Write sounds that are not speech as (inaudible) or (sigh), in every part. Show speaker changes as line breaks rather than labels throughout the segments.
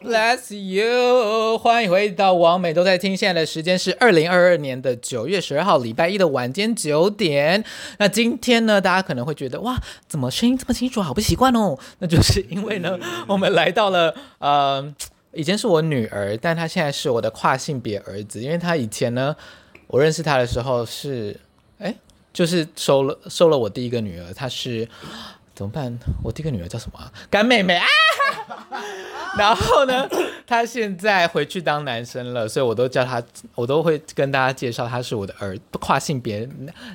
Bless you！欢迎回到王美都在听，现在的时间是二零二二年的九月十二号礼拜一的晚间九点。那今天呢，大家可能会觉得哇，怎么声音这么清楚，好不习惯哦。那就是因为呢，我们来到了呃，以前是我女儿，但她现在是我的跨性别儿子，因为她以前呢，我认识她的时候是哎，就是收了收了我第一个女儿，她是。怎么办？我第一个女儿叫什么、啊？干妹妹啊！ (laughs) 然后呢，他现在回去当男生了，所以我都叫他，我都会跟大家介绍他是我的儿跨性别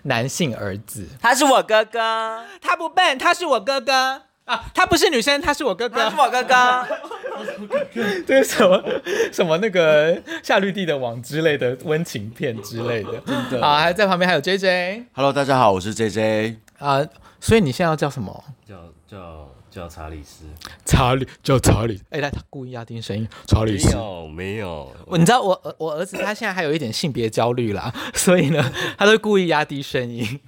男性儿子。
他是我哥哥，
他不笨，他是我哥哥啊，他不是女生，他是我哥
他
哥 (laughs)
是。我哥哥。
这是什么什么那个夏绿蒂的网之类的温情片之类的。
的
啊，还在旁边还有 J J
Hello，大家好，我是 JJ。
啊，所以你现在要叫什么？
叫叫叫查理斯，
查理叫查理，哎、他他故意压低声音，查理
没
斯。
有没有，
我你知道我儿我儿子他现在还有一点性别焦虑啦，所以呢，他都故意压低声音。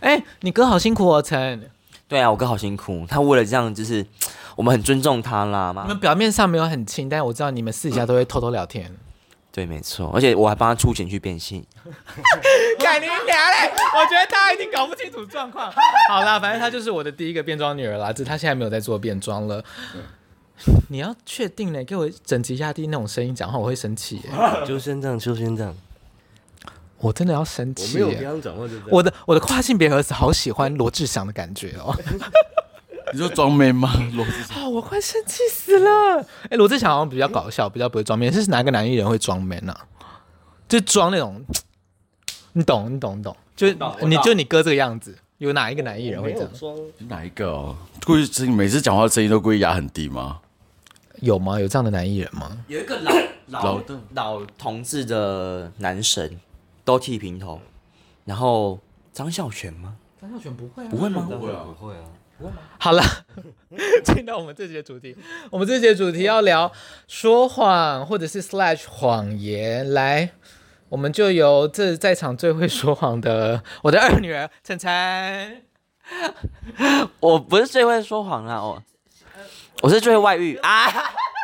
哎、你哥好辛苦哦，陈。
对啊，我哥好辛苦，他为了这样，就是我们很尊重他啦
你
嘛。
们表面上没有很亲，但是我知道你们私底下都会偷偷聊天。
对，没错，而且我还帮他出钱去变性。
改你娘嘞！我觉得他一定搞不清楚状况。 (laughs) 好啦，反正她就是我的第一个变装女儿啦，只是她现在没有在做变装了。 (laughs) 你要确定呢，给我整集压低那种声音讲话，我会生气耶！
就先这样，就先这样。
我真的要生
我
气
没有跟
耶！
他讲话，就这
啊
样。
我的我的跨性别儿子好喜欢罗志祥的感觉哦。
(laughs) 你说装妹吗？ (laughs) 罗志祥
啊、我快生气死了！哎、罗志祥好像比较搞笑，比较不会装 man，是哪个男艺人会装 man 啊？就装那种，你懂，你懂，你懂，就
我
你
懂
就你哥这个样子，有哪一个男艺人
没
会这
有
样？
装，
哪一个哦？故意声音，每次讲话声音都故意压很低吗？
有吗？有这样的男艺人吗？
有一个老
老的
老同志的男神，都剃平头，然后张孝全吗？
张孝全不会、啊，
不会吗？
不会不会啊。
好了， (laughs) 进到我们这节主题，我们这节主题要聊说谎或者是 slash 谎言。来，我们就由这在场最会说谎的我的二女儿晨晨。
我不是最会说谎啦，哦，我是最会外遇啊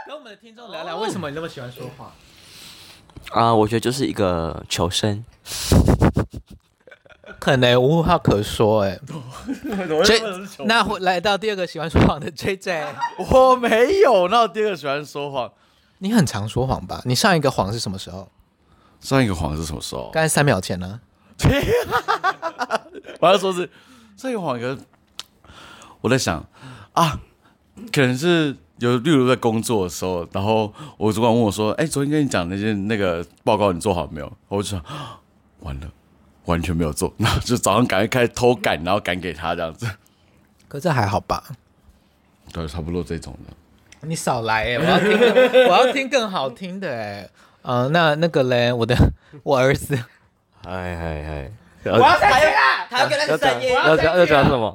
跟我们的听众聊聊，为什么你那么喜欢说谎？
啊！我觉得就是一个求生，
可能无话可说哎、J 那会来到第二个喜欢说谎的 J J，
我没有。那我第二个喜欢说谎。
你很常说谎吧？你上一个谎是什么时候？
上一个谎是什么时候？
刚才三秒前呢？
我要说是上一个谎，可能我在想啊，可能是有，例如在工作的时候，然后我主管问我说：“哎、昨天跟你讲那件那个报告，你做好没有？”我就想， (gasps) 啊完了，完全没有做， (laughs) 然后就早上赶快开始偷赶，然后赶给他这样子。
可这还好吧？
对，差不多这种的。
你少来哎、我要听更， (laughs) 我要听更好听的哎、嗯、那那个嘞，我的我儿子，
嗨嗨嗨！
我要生气
他要跟他声音
要讲要讲什么？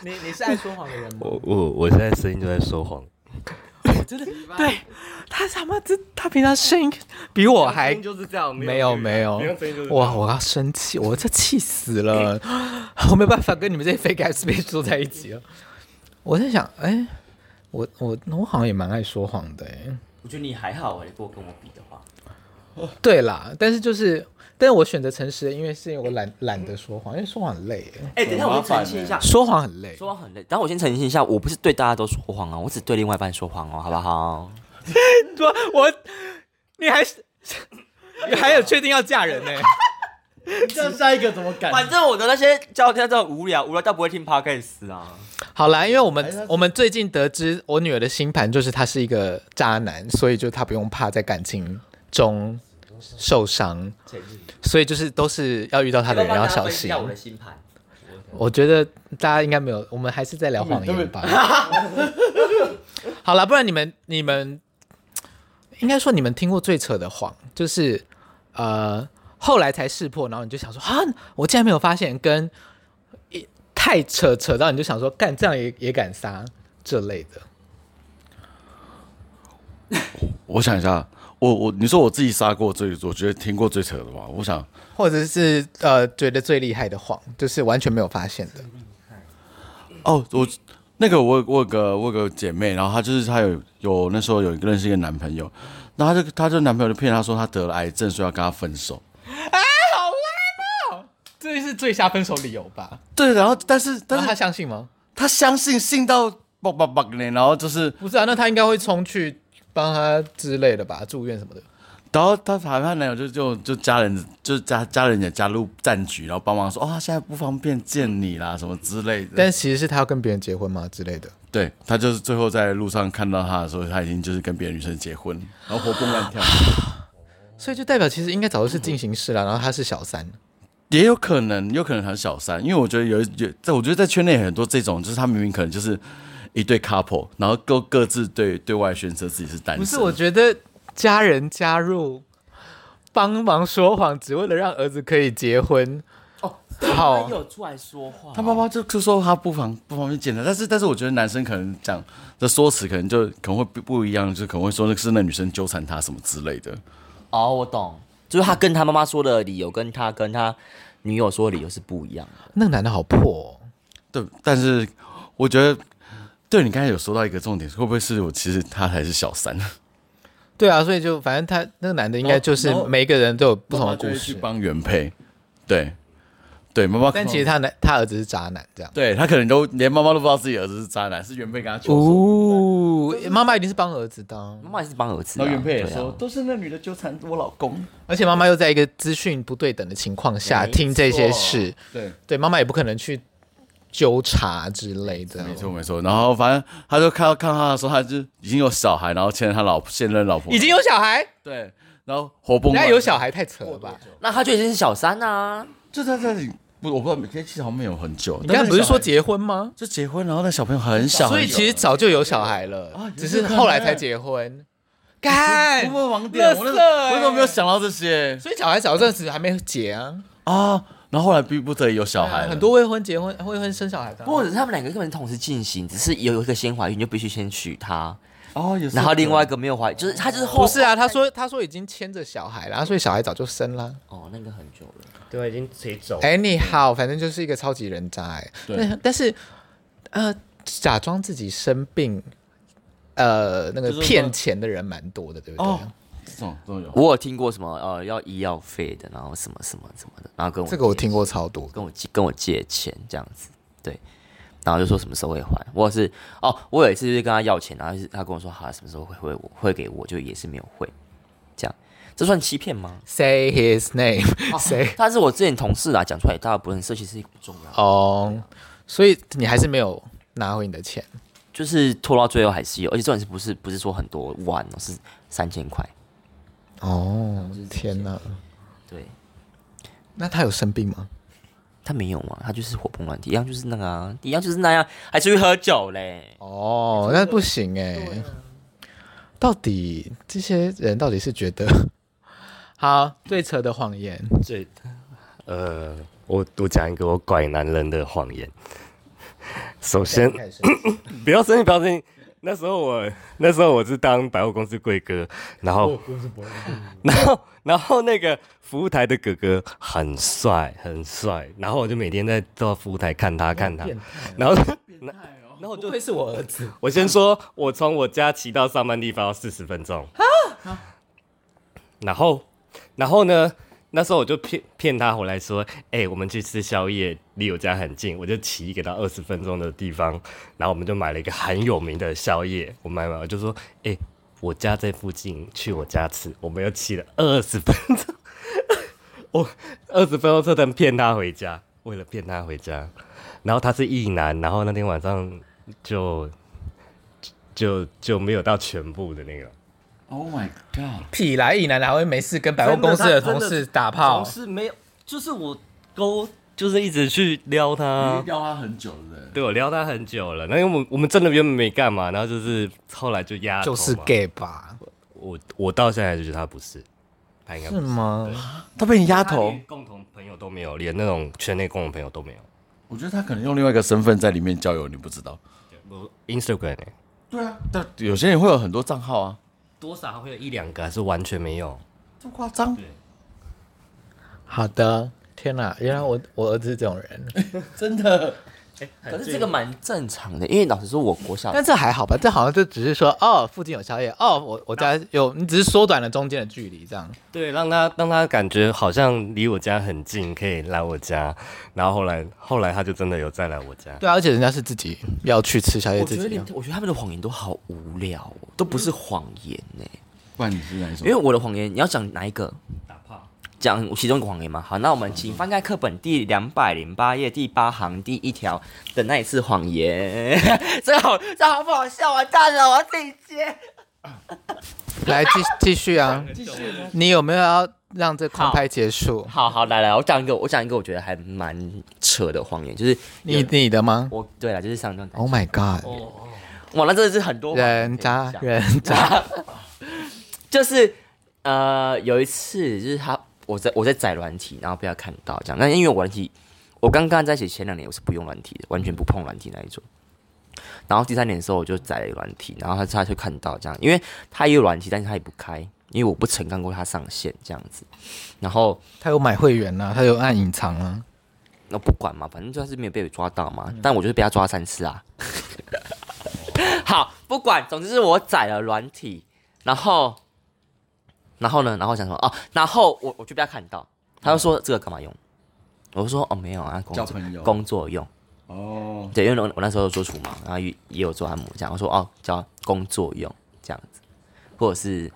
你你是爱说谎的人吗？
我我我现在声音就在说谎，
对， (laughs) 他他妈这他平常声音比我
啊
还
就是这样，
没有没有
平常声音就，是这
哇！
样
我要生气，我这气死了， (laughs) 我没办法跟你们这些 fake ass bitch 坐在一起了。我在想，哎、我我我好像也蛮爱说谎的、哎。
我觉得你还好哎、如果跟我比的话，
对啦，但是就是，但是我选择诚实的，因为是因为我懒懒得说谎，因为说谎很累、哎
哎、等一下我先澄清一下，
说谎很累。
说谎很累，但我先澄清一下，我不是对大家都说谎哦，我只对另外一半说谎哦，好不好？
说我，你还 (laughs) 是你还有确定要嫁人呢、
这下一个怎么敢
反正我的那些教天都很无聊，无聊到不会听 podcast 啊。
好啦，因为我们我们最近得知我女儿的星盘就是她是一个渣男，所以就她不用怕在感情中受伤，所以就是都是要遇到她的人要小心。
要我的星盘，
我觉得大家应该没有，我们还是在聊谎言 (laughs) 吧。好了，不然你们你们应该说你们听过最扯的谎，就是呃后来才识破，然后你就想说啊，我竟然没有发现，跟一太扯扯到你就想说干这样也也敢撒这类的。
我想一下，我我你说我自己杀过最，我觉得听过最扯的吧。我想
或者是呃，觉得最厉害的谎，就是完全没有发现的。
哦，我那个我我有个我有个姐妹，然后她就是她有有那时候有一个认识一个男朋友，然后她就她就男朋友就骗她说她得了癌症，所以要跟她分手。
这是最下分手理由吧？
对，然后但是
但
但
是他
是
相信吗？
她相信信到爆爆爆呢，然后就是
不是啊，那他应该会冲去帮他之类的吧，住院什么的。
然后她谈她男友就就就家人就家家人也加入战局，然后帮忙说哦，她现在不方便见你啦什么之类的。
但其实是他要跟别人结婚嘛之类的。
对她就是最后在路上看到她的时候，她已经就是跟别的女生结婚，然后活蹦乱跳，
所以就代表其实应该早就是进行式了，然后他是小三，
也有可能，有可能她是小三，因为我觉得有有在，我觉得在圈内很多这种，就是他明明可能就是一对 couple，然后各各自对对外宣称自己是单身，
不是？我觉得家人加入帮忙说谎，只为了让儿子可以结婚，好
哦他有出来说话，
他妈妈就就说他不方不方便见他，但是但是我觉得男生可能讲的说辞可能就可能会不不一样，就可能会说那是那女生纠缠他什么之类的。
哦，我懂，就是他跟他妈妈说的理由，跟他跟他女友说的理由是不一样的。
那个男的好破、哦。
对，但是我觉得对你刚才有说到一个重点，会不会是我其实他才是小三，
对啊，所以就反正他那个男的应该就是
然后然后
每一个人都有不
不
同的故
去
事，
帮原配，对对，妈妈可能。
但其实他男他儿子是渣男这样。
对他可能都连妈妈都不知道自己儿子是渣男，是原配跟他求说，
哦，妈妈一定是帮儿子当，
妈妈也是帮儿子、啊，
然后原配也
对啊
说、都是那女的纠缠我老公，
而且妈妈又在一个资讯不对等的情况下
没
听这些
错
事，
对，
对妈妈也不可能去纠查之类的。
没错没错。然后反正他就看到看到他的时候，他就已经有小孩，然后牵着他老婆现任老婆，
已经有小孩，
对，然后活蹦
人
乱
家
跳，
有小孩太扯了吧？
啊那他就已经是小三啊。
就在这里，不我不知道，每天其实好像没有很久，
你
但
刚才
那
不是
个小
说
孩
结婚吗？
就结婚，然后那小朋友很小，
所以
很小
其实早就有小孩了
啊，
只是后来才结婚。干，
突破盲点，我那
垃圾欸
我那时候没有想到这些
所以小孩早阵子还没结啊，
啊。然后后来逼不得已有小孩了，
哎很多未婚结婚、未婚生小孩的啊。
不过他们两个根本同时进行，只是有一个先怀孕，你就必须先娶她，
哦，也是
然后另外一个没有怀，就是他就是后
不是啊，他说他说已经牵着小孩了，所以小孩早就生了。
哦，那个很久了，
对啊，已经谁走？
哎、你好，反正就是一个超级人渣哎、
对
但但是，呃，假装自己生病，呃，那个
就是说
骗钱的人蛮多的，对不对？
哦，这种这种有。
我有听过什么呃要医药费的，然后什么什么什么的，然后跟我
这个我
借
听过超多的。
跟我借跟我借钱这样子，对，然后就说什么时候会还，我也是哦，我有一次就是跟他要钱，然后是他跟我说好、什么时候会会我会给我，就也是没有汇，这样这算欺骗吗？
Say his name，谁、
但是我之前同事啊讲出来，大家不认识，其实也不重要，
哦，所以你还是没有拿回你的钱，
就是拖到最后还是有，而且重点是不是不是说很多万哦，是三千块，
哦，天哪！
对
那他有生病吗？
他没有啊嘛，他就是活蹦乱跳，一样就是那个、啊，一样就是那样，还出去喝酒嘞。
哦，那不行哎、到底这些人到底是觉得 (laughs) 好最扯的谎言？
最呃，我我讲一个我拐男人的谎言。首先，不要生气，不要生气。那时候我那时候我是当百货公司柜哥，然后然后然后那个服务台的哥哥很帅很帅，然后我就每天在到服务台看他看他，然后然然后我就
会是我儿子。
我先说，我从我家骑到上班地方要四十分钟。然后，然后呢？那时候我就骗骗他回来说：“哎、我们去吃宵夜，离我家很近。”我就骑一个到二十分钟的地方，然后我们就买了一个很有名的宵夜。我买完我就说：“哎、我家在附近，去我家吃。”我们又骑了二十分钟， (laughs) 我二十分钟车程骗他回家，为了骗他回家。然后他是异男，然后那天晚上就就就没有到全部的那个。
Oh my god！
屁啦！一男的还会没事跟百货公司的同事打炮
同，事没有，就是我勾，就是一直去撩
你
他，
撩他很久的人，
对我撩他很久了。那因为我们我们真的原本没干嘛，然后就是后来就压头
就
嘛
是 gay 吧？
我我到现在就觉得他不是，他应该不
是
是
吗？
他被你压
他
头
连，共同朋友都没有，连那种圈内共同朋友都没有。
我觉得他可能用另外一个身份在里面交友，你不知道。
我 Instagram、欸、
对啊，但有些人会有很多账号啊，
多少会有一两个，还是完全没有。
这么夸张？
好的，天哪！原来我我儿子是这种人，
真的？
很
可是
近
哎这个蛮正常的，因为老实说，我国小
但这还好吧？这好像就只是说，哦，附近有宵夜，哦，我我家有，你只是缩短了中间的距离这样。
对，让他让他感觉好像离我家很近，可以来我家。然后后来后来他就真的有再来我家。
对啊，而且人家是自己要去吃宵夜，
我
自
觉得
己
你
要。，
我觉得他们的谎言都好无聊、哦，都不是谎言呢、
不然你是哪一种？
因为我的谎言，你要讲哪一个？
打炮。嗯
讲其中一个谎言嘛。好，那我们请翻开课本第两百零八页第八行第一条的那一次谎言。 (laughs) 这好，这好不好笑？完啊蛋了，我要自己接。
来继继续啊，你有没有要让这空拍结束？
好好，来来，我讲一个，我讲一个，我觉得还蛮扯的谎言，就是
你你的吗
我对了，就是上一段感
？Oh my god！
情。哇，那真的是很多谎言
人渣
可以讲
人渣，
就是呃，有一次就是他我在我在载软体，然后被他看到这样。那因为我软体，我刚刚在一起前两年我是不用软体的，完全不碰软体那一种。然后第三年的时候我就载了软体，然后他他就看到这样，因为他也有软体，但是他也不开，因为我不曾看过他上线这样子。然后
他有买会员啊，他有按隐藏啊。
那不管嘛，反正就是没有被抓到嘛。
嗯
但我就是被他抓三次啊。 (laughs) 好，不管，总之是我载了软体，然后，然后呢，然后想什么？哦，然后我我就被他看到，他就说这个干嘛用？我就说哦没有啊，工
交
作
朋友
工作用。
哦，
对，因为我我那时候有做厨嘛，然后也也有做按摩这样。我说哦，叫工作用这样子，或者是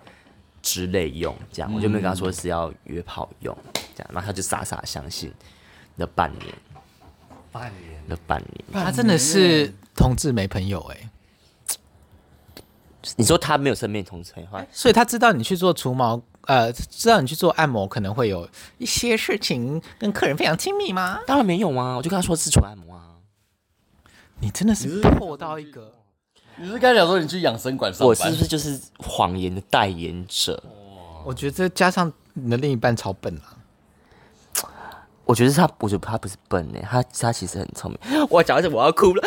之类用这样，我就没有跟他说
嗯
是要约炮用这样，然后他就傻傻相信了半年，
半年，
了半年。
他真的是同志没朋友哎、
你说他没有身边同城的话，
所以他知道你去做除毛，呃，知道你去做按摩可能会有一些事情跟客人非常亲密吗？
当然没有啊，我就跟他说是纯按摩啊。
你真的是破到一个，
你是刚才讲说你去养生馆上
我
班，
是不是就是谎言的代言者？
我觉得这加上你的另一半超笨啊，
我觉得是他，我觉得他不是笨哎、他他其实很聪明。 (laughs) 我讲到这我要哭了。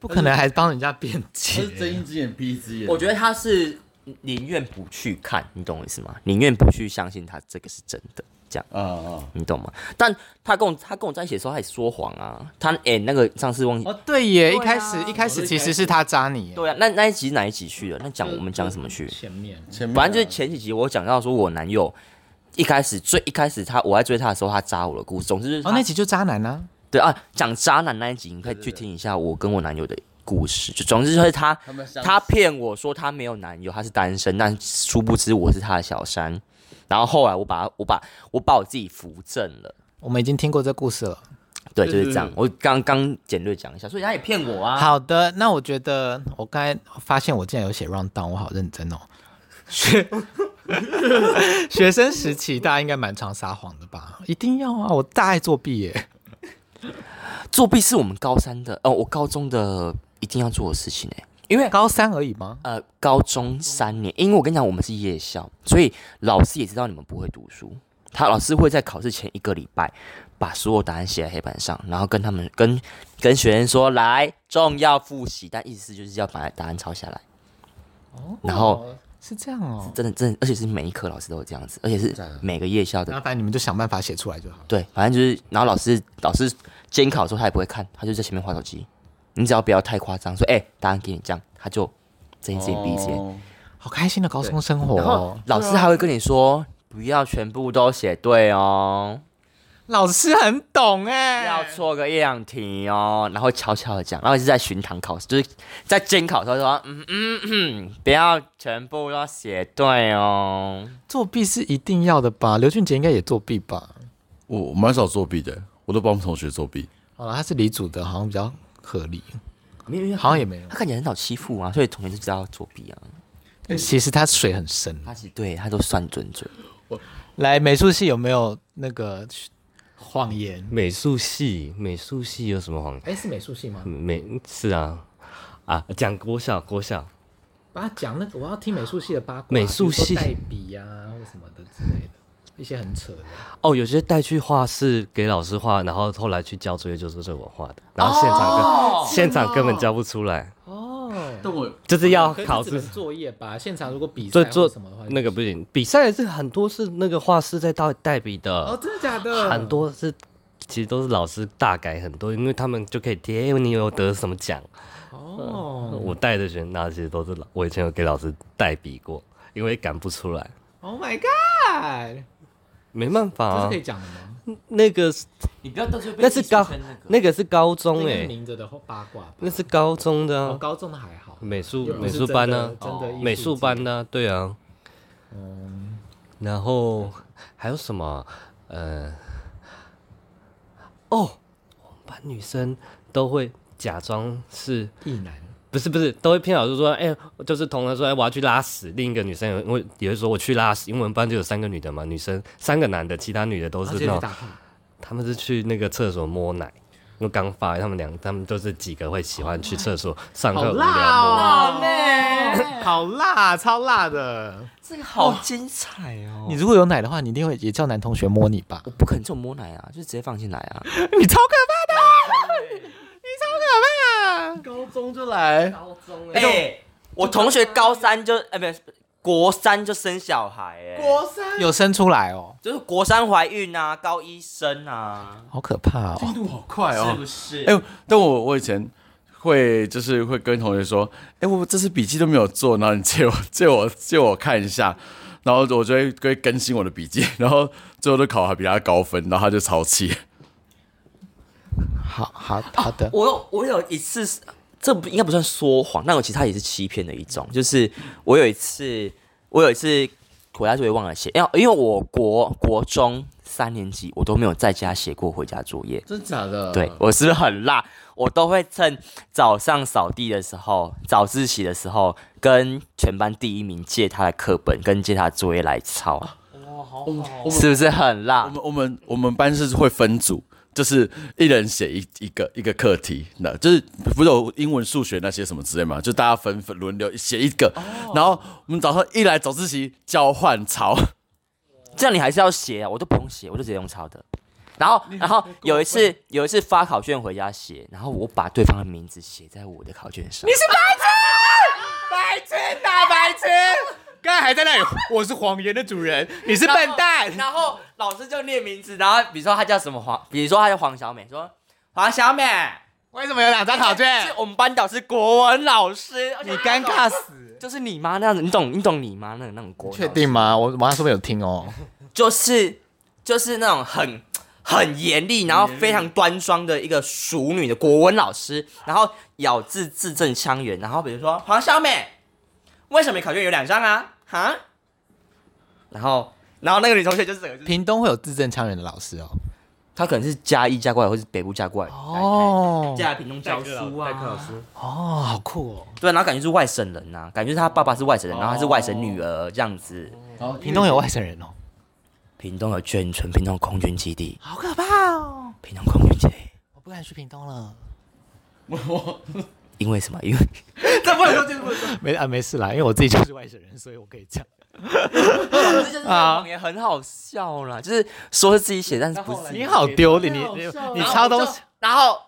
不可能还帮人家辩
他
解
是。睁一只眼闭一只眼？
我觉得他是宁愿不去看，你懂我意思吗？宁愿不去相信他这个是真的，这样
啊啊，
你懂吗？但他跟我他跟我在一起的时候，他也说谎啊。他哎、那个上次忘记。
哦，对耶，一
对啊
开始一开始其实是他扎你耶，
对啊，那那一集哪一集去了？那讲我们讲什么去？
前面
前面
反正就是前几集我有讲到说，我男友一开始最一开始他我在追他的时候，他扎我的故事。总之就是他
哦那集就渣男啊，
对啊，讲渣男那一集，你可以去听一下我跟我男友的故事。就总之就是他
他们相
他骗我说他没有男友，他是单身，但殊不知我是他的小三。然后后来我把我把我把我自己扶正了，
我们已经听过这故事了。
对，
对
就是这样
对。
我刚刚简略讲一下，所以他也骗我啊。
好的，那我觉得我刚才发现我竟然有写 round down，我好认真哦。学 (laughs) 学生时期大家应该蛮常撒谎的吧？一定要啊！我大爱作弊耶。
作弊是我们高三的，呃，我高中的一定要做的事情哎、因为
高三而已吗？
呃，高中三年，因为我跟你讲，我们是夜校，所以老师也知道你们不会读书。他老师会在考试前一个礼拜把所有答案写在黑板上，然后跟他们跟跟学生说来重要复习，但意思就是要把答案抄下来。然后
哦是这样哦。
真的真的，而且是每一科老师都有这样子，而且是每个夜校的
那反正你们就想办法写出来就好。
对，反正就是，然后老师老师监考的时候他也不会看，他就在前面划手机。你只要不要太夸张，说哎、答案给你这样，他就睁一只眼闭一只眼。
哦
好开心的高中生活
然后
哦！
老师还会跟你说，不要全部都写对哦，
老师很懂哎，
要错个一两题哦，然后悄悄的讲，然后是在巡堂考试，就是在监考的时候说，嗯嗯嗯，不要全部都写对哦。
作弊是一定要的吧？刘俊杰应该也作弊吧？
我我蛮少作弊的，我都帮同学作弊。
好了，他是李主的，好像比较合理，
没有，因为
好像也没有。
他看起来很好欺负啊，所以同学就知道他作弊啊。
其实他水很深。
他其实对他都算准准，
来，美术系有没有那个谎言？
美术系，美术系有什么谎？
哎，是美术系吗？
美是啊啊，讲国小国小，
把他讲那个，我要听美术系的八卦，
美术
比
系
如说代笔呀、啊，或什么的之类的，一些很扯的。
哦，有些带去画室给老师画，然后后来去交作业就是我画的，然后现场根、现场根本交不出来，
哦，
但我
就是要考
这
试。
作业吧，现场如果比
做
赛
做
或什么的话，
那个不行，比赛是很多是那个画室在代代笔的，
哦哦，真的假的？
很多是其实都是老师大改很多，因为他们就可以贴、哎你有得什么奖。哦、我带的学生，那其实都是老，我以前有给老师代笔过，因为赶不出来，
Oh my god！
没办法、
这是
啊
可以。讲的吗？
那个是
你不要到时候
那是高
那
那个是高
这
中
应
哎、
该是明着的八卦吧。
那是高中的
哦，
啊，
高中的还好，
美术
有人
美
是
术班呢、
真的真的艺术
美术
家
班呢、对啊，
嗯，
然后还有什么？呃，哦，我们班女生都会假装是
意男
不是不是都会骗老师说，哎、就是同学说，哎、我要去拉屎。另一个女生有，我也会说我去拉屎，因为我们班就有三个女的嘛，女生三个男的，其他女的都
然
是
后就去
那种，
打炮，
他们是去那个厕所摸奶。因为刚发，他们两，他们都是几个会喜欢去厕所上课
好
无聊摸奶。
辣哦，好辣，超辣的。
这个好精彩哦！
你如果有奶的话，你一定会也叫男同学摸你吧
我？不可能这种摸奶啊，就直接放进来啊。
你超可怕的，你超可怕。
高中就来，
哎、我同学高三就哎，不是国三就生小孩、哎，
三
有生出来哦，
就是国三怀孕啊，高一生啊，
好可怕哦。
度好快
是
哦
不。是？
哎、但我我以前会就是会跟同学说，哎、我这次笔记都没有做，然后你借我借我借我看一下，然后我就会会更新我的笔记，然后最后都考还比他高分，然后他就超气。
好好好的，
我有我有一次是，这不应该不算说谎，那我其实它也是欺骗的一种。就是我有一次，我有一次回家作业忘了写，因为因为我国国中三年级我都没有在家写过回家作业。
真假的
对，我是不是很辣？我都会趁早上扫地的时候、早自习的时候，跟全班第一名借他的课本跟借他的作业来抄，
我们我们
是不是很
我
辣？
们我们我们班是会分组，就是一人写一一个一个课题，那就是不是有英文、数学那些什么之类嘛，就大家分分轮流写一个，然后我们早上一来早自习交换抄，
这样你还是要写啊，我都不用写，我就直接用抄的。然后，然后有一次，有一次发考卷回家写，然后我把对方的名字写在我的考卷上。啊
白痴大白痴，刚才还在那里，我是谎言的主人，你是笨蛋。
然后老师就念名字，然后比如说他叫什么黄，比如说他叫黄小美，说黄小美，
为什么有两张考
是
卷？
我们班导师国文老师，而且
你尴尬死。
就是你妈那样子，你懂你懂你妈那种那种国文老师
确定？吗？我马上说没有听哦。
就是就是那种很很严厉，然后非常端庄的一个淑女的国文老师，然后咬字字正腔圆，然后比如说黄小美，为什么你考卷有两张啊？哈？然后然后那个女同学就是整个就是，
屏东会有字正腔圆的老师哦。
她可能是嘉义嫁过来，或是北部嫁过来，
哦
嫁来屏东教书
代课老
啊，
师，
哦，好酷哦！
对，然后感觉是外省人呐、感觉是她爸爸是外省人，然后她是外省女儿这样子。
屏东有外省人哦，
屏东有眷村，屏东有空军基地，
好可怕哦！
屏东空军基地。
我不敢去屏东了。
因为什么？因为
这不能说，这不能说。
没啊，没事啦，因为我自己就是外省人，所以我可以讲。
(laughs) 啊，也很好笑啦，就是说是自己写，但是不是
你好丢脸，你你你抄东西，，
然后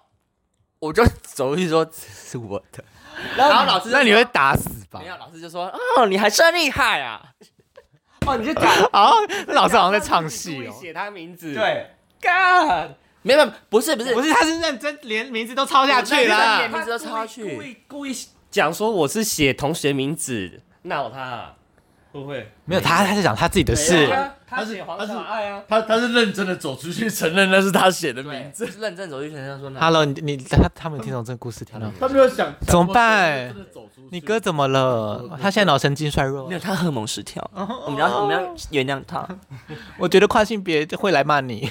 我就走过去说这是我的，然后老师就
那你会打死吧
没？有，老师就说哦，你还真厉害啊，哦，你就讲
啊，那老师好像在唱戏
故
哦
意。写他名字，
对，God，没有，没有不是不是
不是，他是认真，连名字都抄下去
对啦，
了
连。名字都抄下
故
去，
意故意讲说我是写同学名字，闹他、啊，会不会？
没有，他他在讲他自己的事。
他
他
他
是
写黄小爱啊，
他他是认真的走出去承认那是他写的名
对，
字，
认真走去全校说那
Hello，你你他他们听懂这个故事听到？
他没有想
怎么办
他真的走出去
你哥怎么了？他现在脑神经衰弱
没。有，他荷尔蒙失调，我们要我们要原谅他。
我觉得跨性别会来骂你。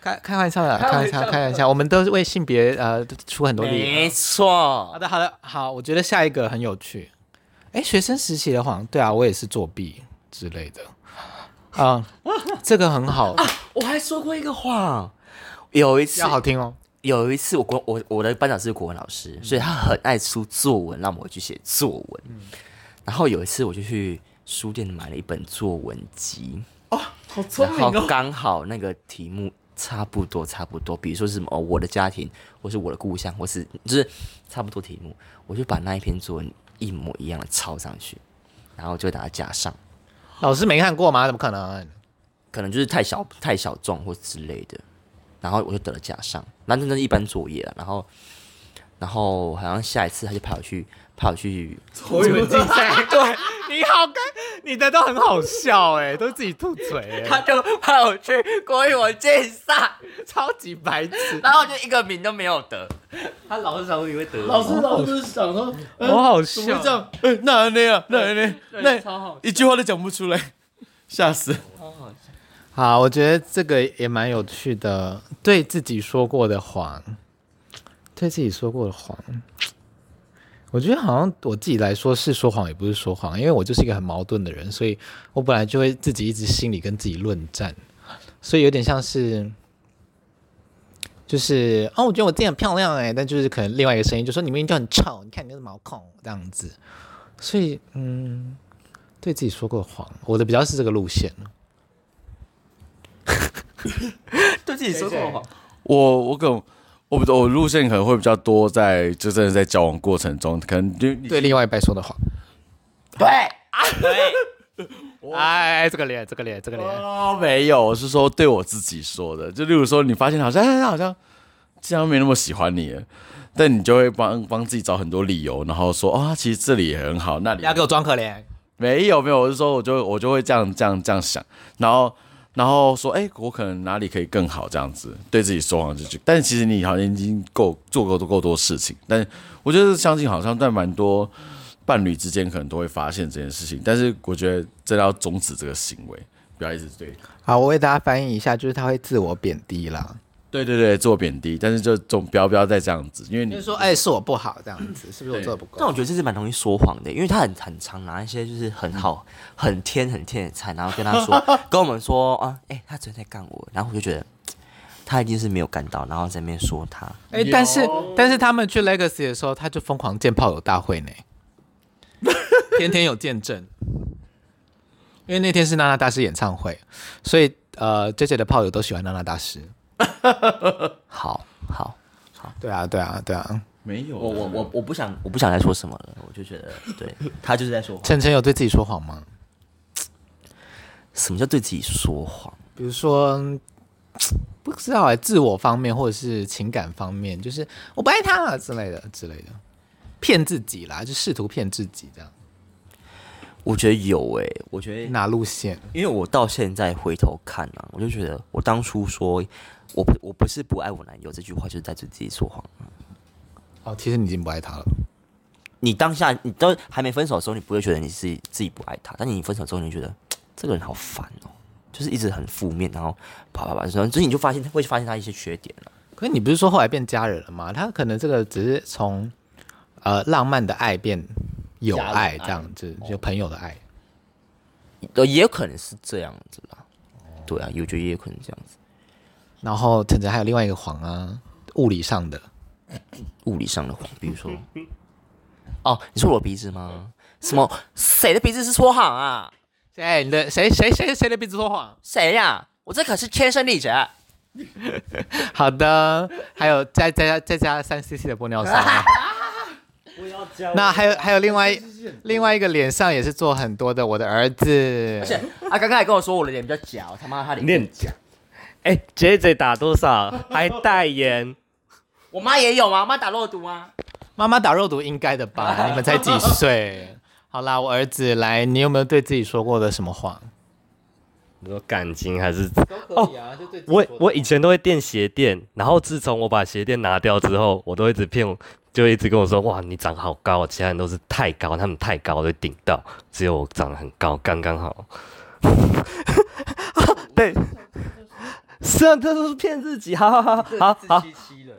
开开玩笑的，开玩笑，开玩笑，我们都是为性别呃出很多力。
没错
好，的，好的，好，我觉得下一个很有趣。哎，学生时期的谎，对啊，我也是作弊之类的。啊、这个很好，
我还说过一个谎，有一次
要好听哦。
有一次我国我我的班长是国文老
嗯
师，所以他很爱出作文让我去写作文。然后有一次我就去书店买了一本作文集，
好聪
然
明
后
哦，
刚好那个题目差不多差不多，比如说是什么、哦、我的家庭，或是我的故乡，或是就是差不多题目，我就把那一篇作文一模一样的抄上去，然后就把它加上。
老师没看过吗？怎么可能？
可能就是太小太小众或之类的，然后我就得了假伤，那真的是一般作业了，啊然后。然后好像下一次他就派我去，派我去，
我以为竞赛，对，
你好该你的都很好笑哎、都自己吐嘴哎、
他就 (laughs) 派我去国语文竞赛，
超级白痴。
然后我就一个名都没有得。
他老是想你会得，
老师
(laughs)
老师想说，呃
我好
怎么
笑
会这。样？呃，那那样，那那那
超好
一句话都讲不出来， (laughs) 吓死！
好，我觉得这个也蛮有趣的，对自己说过的谎，对自己说过的谎，我觉得好像我自己来说是说谎，也不是说谎，因为我就是一个很矛盾的人，所以我本来就会自己一直心里跟自己论战，所以有点像是。就是哦，我觉得我自己很漂亮哎、但就是可能另外一个声音就说你明明就很丑，你看你就是毛孔这样子，所以嗯，对自己说过谎，我的比较是这个路线。
对自己说过谎，
我我可能我不我路线可能会比较多在，就真的在交往过程中，可能就
对另外一半说的话。
对，对，
(laughs) 哎，这个脸，这个脸，这个脸，
哦，没有，我是说对我自己说的。就例如说，你发现好像、哎、好像竟然没那么喜欢你了，但你就会帮帮自己找很多理由，然后说啊、其实这里也很好，那里
不要给我装可怜。
没有没有，我是说我就我就会这样这样这样想，然后然后说，哎、我可能哪里可以更好这样子，对自己说谎这句。但其实你好像已经够做够多够多事情，但我就是相信好像在蛮多伴侣之间可能都会发现这件事情，但是我觉得真的要终止这个行为，不要一直对。
好，我为大家翻译一下，就是他会自我贬低啦，
对对对，做贬低，但是就总不要不要再这样子，因为
就
你
是说，哎，是我不好这样子，是不是我
对
做的不够
但？我觉得这是蛮容易说谎的，因为他很很常拿一些就是很好、很天、很天的菜，然后跟他 (laughs) 说，跟我们说啊，哎、他昨天在干我，然后我就觉得他一定是没有干到，然后在那边说他，
哎，但是但是他们去 Legacy 的时候，他就疯狂见炮友大 (laughs) 会呢，天天有见证。因为那天是娜娜大师演唱会，所以呃，J J 的炮友都喜欢娜娜大师。
好好，
对啊，对啊，对啊。
没有
我我我我不想我不想再说什么了，我就觉得对他就是在说谎。
晨晨有对自己说谎吗？
什么叫对自己说谎？
比如说，不知道哎、自我方面或者是情感方面，就是我不爱他了之类的之类的，骗自己啦，就试图骗自己这样。
我觉得有诶、我觉得
哪路线？
因为我到现在回头看啊，我就觉得我当初说我不我不是不爱我男友这句话，就是在对自己说谎。
哦，其实你已经不爱他了。
你当下你都还没分手的时候，你不会觉得你自己自己不爱他，但你分手之后，你就觉得嘖这个人好烦哦，就是一直很负面，然后啪啪啪，然后就是你就发现会发现他一些缺点了。
可是你不是说后来变家人了吗？他可能这个只是从呃浪漫的爱变友爱这样子，就朋友的爱。
呃，也有可能是这样子啦。对啊，我觉得也有可能这样子，
然后晨晨还有另外一个谎啊，物理上的。
物理上的谎，比如说， (laughs) 哦，你说我的鼻子 (laughs) 吗？什么？谁的鼻子是说谎啊？
谁？哎你的谁谁谁谁的鼻子说谎？
谁呀、我这可是天生 (laughs) 丽质。
好的，还有再再加再加三 cc 的玻尿酸。啊 (laughs)
不要教
那还有还有另外一另外一个脸上也是做很多的，我的儿子。
而且啊，刚刚还跟我说我的脸比较假，我他妈他脸
念讲。 (laughs) 哎、j J 打多少？还代言？
我妈也有吗？啊我妈打肉毒吗？
妈妈打肉毒应该的 (laughs) 吧？你们才几岁？好啦，我儿子来，你有没有对自己说过的什么话？
你说感情还是？哦
都可以啊，就对
我我以前都会垫鞋垫，然后自从我把鞋垫拿掉之后，我都一直骗我，就一直跟我说：“哇，你长好高！”其他人都是太高，他们太高都顶到，只有我长得很高，刚
(laughs)
刚好。对，是啊，这都是骗自己，好好好好好。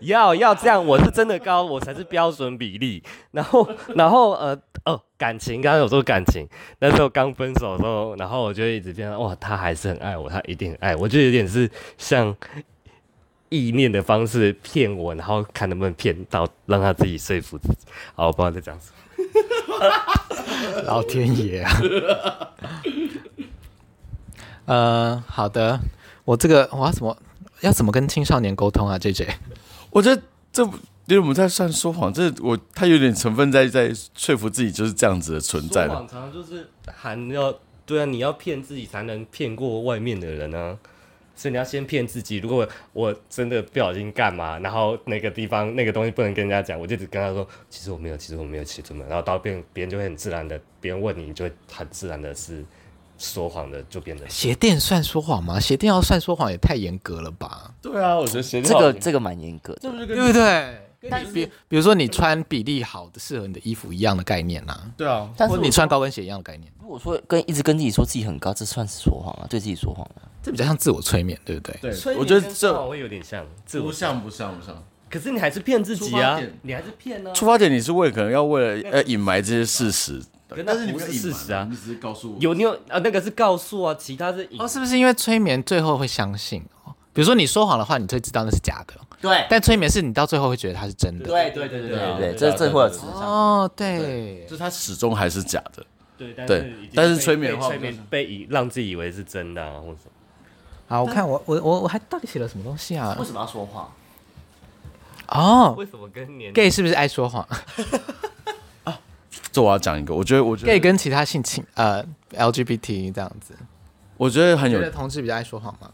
要要这样，我是真的高，我才是标准比例。然后，然后呃哦，感情刚刚有说感情， (laughs) 那时候刚分手的时候，然后我就一直变成哇，他还是很爱我，他一定很爱我，就有点是像意念的方式骗我，然后看能不能骗到，让他自己说服自己。好，我不知道在讲什么。
老天爷啊！ (laughs) 呃，好的，我这个我要怎么要怎么跟青少年沟通啊？J J，
我觉得这不因为我们在算说谎，这我他有点成分在在说服自己就是这样子的存在了。
常就是含要对啊，你要骗自己才能骗过外面的人啊。所以你要先骗自己。如果我真的不小心干嘛，然后那个地方那个东西不能跟人家讲，我就只跟他说，其实我没有，其实我没有写这么。然后到别人别人就会很自然的，别人问你，你就会很自然的是说谎的，就变成
鞋垫算说谎吗？鞋垫要算说谎也太严格了吧，
对啊，我觉得鞋
这个这个蛮严格
这
的
不。是
对
跟
不对？
但
比比如说你穿比例好的适合你的衣服一样的概念呐、啊，
对啊，
但是
或者
我
你穿高跟鞋一样的概念，
如果说跟一直跟自己说自己很高，这算是说谎啊，对自己说谎啊。
这比较像自我催眠，对不对？
对
所以，
我
你
觉
跟
得
说
这
谎会有点像自
不
我，
像不像不像。
可是你还是骗自己
出发
啊
点，
你还是骗啊。
出发点你是为了可能要为了呃隐瞒这些事实，
可
但
那
是你
不
没有
是
隐
事
瞒
实啊
你，只是告诉我
有你有啊，那个是告诉啊，其他是隐
哦，是不是因为催眠最后会相信？哦比如说你说谎的话，你就会知道那是假的，
对
但催眠是你到最后会觉得它是真的。
对对对对对
对对
对，这这会有
对
智
对
商。
哦，对
就，是它始终还是假的。
对，但
对
是已经
但是
被
催眠的话
被催
不
眠被以让自己以为是真的啊，或者什么。
好，我看我我我我还到底写了什么东西啊
为？什么要说谎？
哦
为什么跟年
，gay 是不是爱说谎
这我要讲一个，我觉得我觉
？gay
得
跟其他性情呃 LGBT 这样子，
我觉得很有
觉得同志比较爱说谎吗？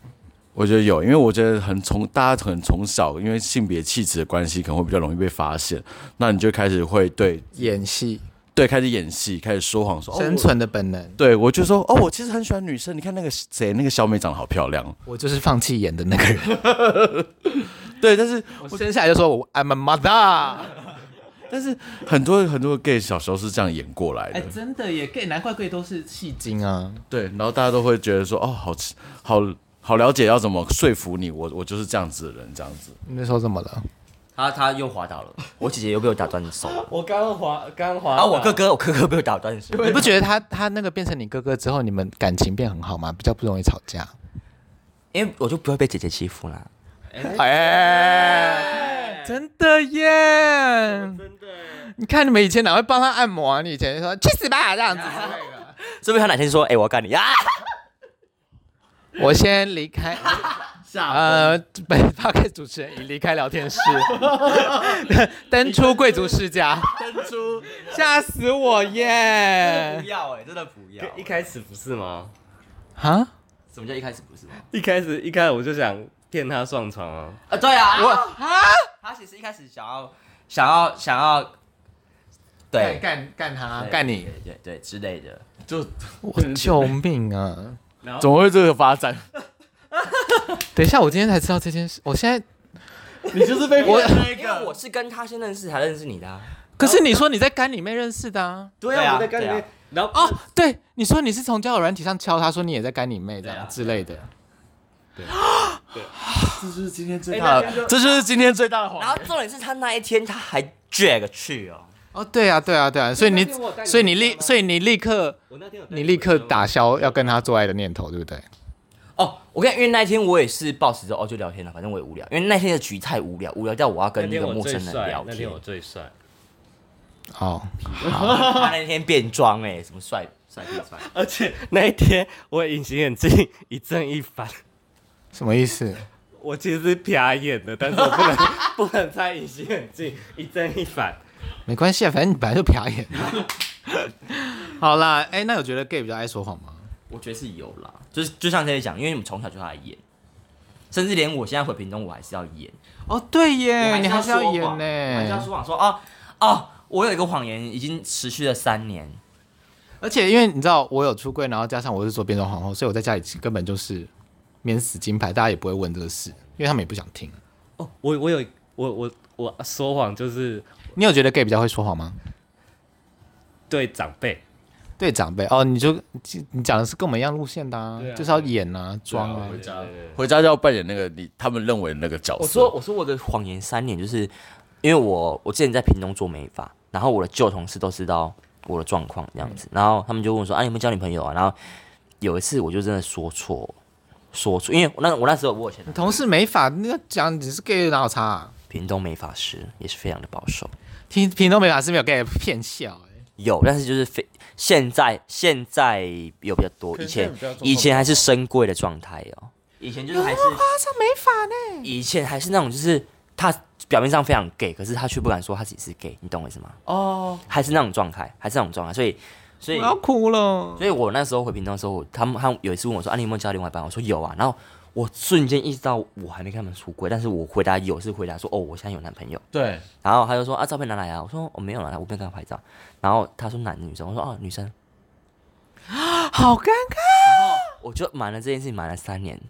我觉得有，因为我觉得很从大家可能从小因为性别气质的关系，可能会比较容易被发现，那你就开始会对
演戏，
对开始演戏，开始说谎说。哦
生存的本能，
对，我就说哦，我其实很喜欢女生。你看那个谁，那个小美长得好漂亮。
我就是放弃演的那个人，
对，但是
我生下来就说我 I'm a mother。
但是很多很多 gay 小时候是这样演过来的。
哎真的耶，gay 难怪 gay 都是戏精啊。
对，然后大家都会觉得说哦，好奇好好了解要怎么说服你，我我就是这样子的人，这样子。
你那时候怎么了？
他他又滑倒了， (laughs) 我姐姐又被我打断 (laughs) 手了，
我刚刚滑，刚刚滑
啊，我哥哥我哥哥被我打断手。
你不觉得他他那个变成你哥哥之后，你们感情变很好吗？比较不容易吵架。
因为我就不会被姐姐欺负啦。
哎真的耶！真的，哎你看你们以前哪会帮他按摩啊？你以前就说去死吧这样子。 (laughs)
说不定他哪天说，哎、我要干你啊！
我先离开。呃，本 p o d 主持人已离开聊天 (laughs) 室，登出贵族世家，
登出
(laughs)
吓死我耶！
要哎、真的不要
一开始不是吗？
啊，
什么叫一开始不是吗？
一开始一开始我就想骗他上床啊，
啊，对啊，我啊，他其实一开始想要想要想要，
干
对，
干干他，
对
干你！，
对对对之类的。
就
我救命啊！
然后
怎么会这个发展？
等一下，我今天才知道这件事。我现在
你就是被
我
因为我是跟他先认识，才认识你的、啊。
(laughs) 可是你说你在干里面认识的啊？
对
对啊
我在跟里
对
面
啊，
然后
哦，对，你说你是从交友软体上敲他，说你也在干你妹这
对
样
啊
之类的。
这就是今天最
哎
大的
这就是今天最大的谎
然后重点是他那一天他还 drag 去哦，
哦，对啊，对啊，对啊，所以你
那天我有带，你
所以你
回家
立，
吗
所以你立刻，
我那天有带
你立刻
回家吗
打消要跟他做爱的念头，对不对？
哦，我跟你因为那一天我也是抱持着哦就聊天了，反正我也无聊，因为那天的局太无聊，无聊到我要跟
那
一
天
个
我
陌
最
生人
帅
聊，
那
天
天。我最帅，
哦，
他那天变装哎、什么帅帅变帅，
而且那一天我隐形眼镜 (laughs) 一正一反，
什么意思？
我其实是瞟眼的，但是我不能不能摘隐形眼镜一正一反。
没关系啊，反正你本来就瞟眼。好啦，哎、那有觉得 gay 比较爱说谎吗？
我觉得是有啦，就是就像这些讲，因为你们从小就爱演，甚至连我现在回屏东，我还是要演。
哦，对耶，你
我
还是要
说
演
谎我还是要
呢。
说谎说哦哦，我有一个谎言已经持续了三年，
而且因为你知道我有出柜，然后加上我是做变装皇后，所以我在家里根本就是免死金牌，大家也不会问这个事，因为他们也不想听。
哦，我我有我我我说谎就是
你有觉得 gay 比较会说谎吗？
对长辈，
对长辈哦，你就你讲的是跟我们一样路线的、啊，
对啊
就是要演啊，装啊。
回
家
家回家就要扮演那个你他们认为的那个角色。
我说我说我的谎言三年，就是因为我我之前在屏东做美发，然后我的旧同事都知道我的状况这样子，然后他们就问我说啊，你有没有交女朋友啊？然后有一次我就真的说错，说错，因为我那我那时候我有前
啊
你同事没法，那讲你是 gay 哪有差、啊？
屏东美发师也是非常的保守。
听听都没法是没有 gay 骗笑、欸，
有，但是就是非现在现在有比较多，
可
以
是现在
前
比较多
以前还是深柜的状态哦，以前就是还是
啊他上没法呢。
以前还是那种就是他表面上非常 gay，可是他却不敢说他自己是 gay，你懂我意思吗？
哦，
还是那种状态，还是那种状态，所以所以
我要哭了。
所以我那时候回屏东的时候，我他们他们有一次问我说：“啊，你有没有交另外一半？”我说：“有啊。”然后我瞬间意识到我还没跟他们出轨，但是我回答有是回答说：“哦，我现在有男朋友。
对，”
然后他就说：“啊，照片拿来啊。”我说：“我、没有拿来，我没有跟他拍照。”然后他说：“男的女生？”我说：“哦，女生。 (gasps)
好尴尬，”
我就瞒了这件事情瞒了三年。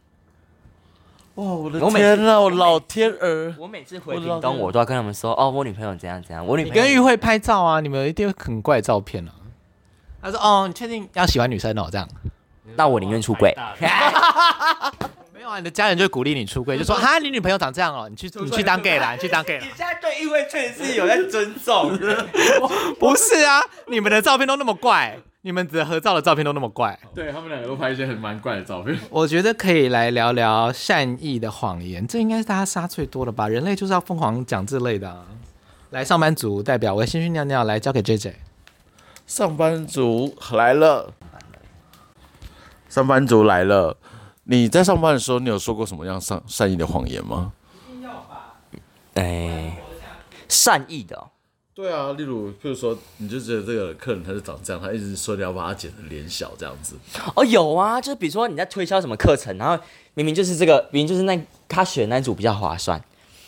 哇，我的
我每
天啊，我老天儿，
我每次回
我知道
屏东，我都要跟他们说：“哦，我女朋友怎样怎样，我女
你
朋友
跟玉慧拍照啊，你们一定有很怪的照片啊。他说：“哦，你确定要喜欢女生哦？这样
那我宁愿出轨。
没有啊？你的家人就会鼓励你出柜， (laughs) 就说：哈，你女朋友长这样哦，你去你去当 gay 啦，你去当 gay (laughs) 啦。
现在对因为确实是有在尊重，
不是啊，你们的照片都那么怪，你们的合照的照片都那么怪。
对他们两个都拍一些很蛮怪的照片。
我觉得可以来聊聊善意的谎言，这应该是大家杀最多的吧？人类就是要疯狂讲这类的、啊。来，上班族代表，我先去尿尿，来交给 J J。
上班族来了，上班族来了。你在上班的时候，你有说过什么样善善意的谎言吗？
哎，善意的哦、
对啊，例如，譬如说，你就觉得这个客人他是长这样，他一直说你要把他剪成脸小这样子。
哦，有啊，就是比如说你在推销什么课程，然后明明就是这个，明明就是那他选那组比较划算，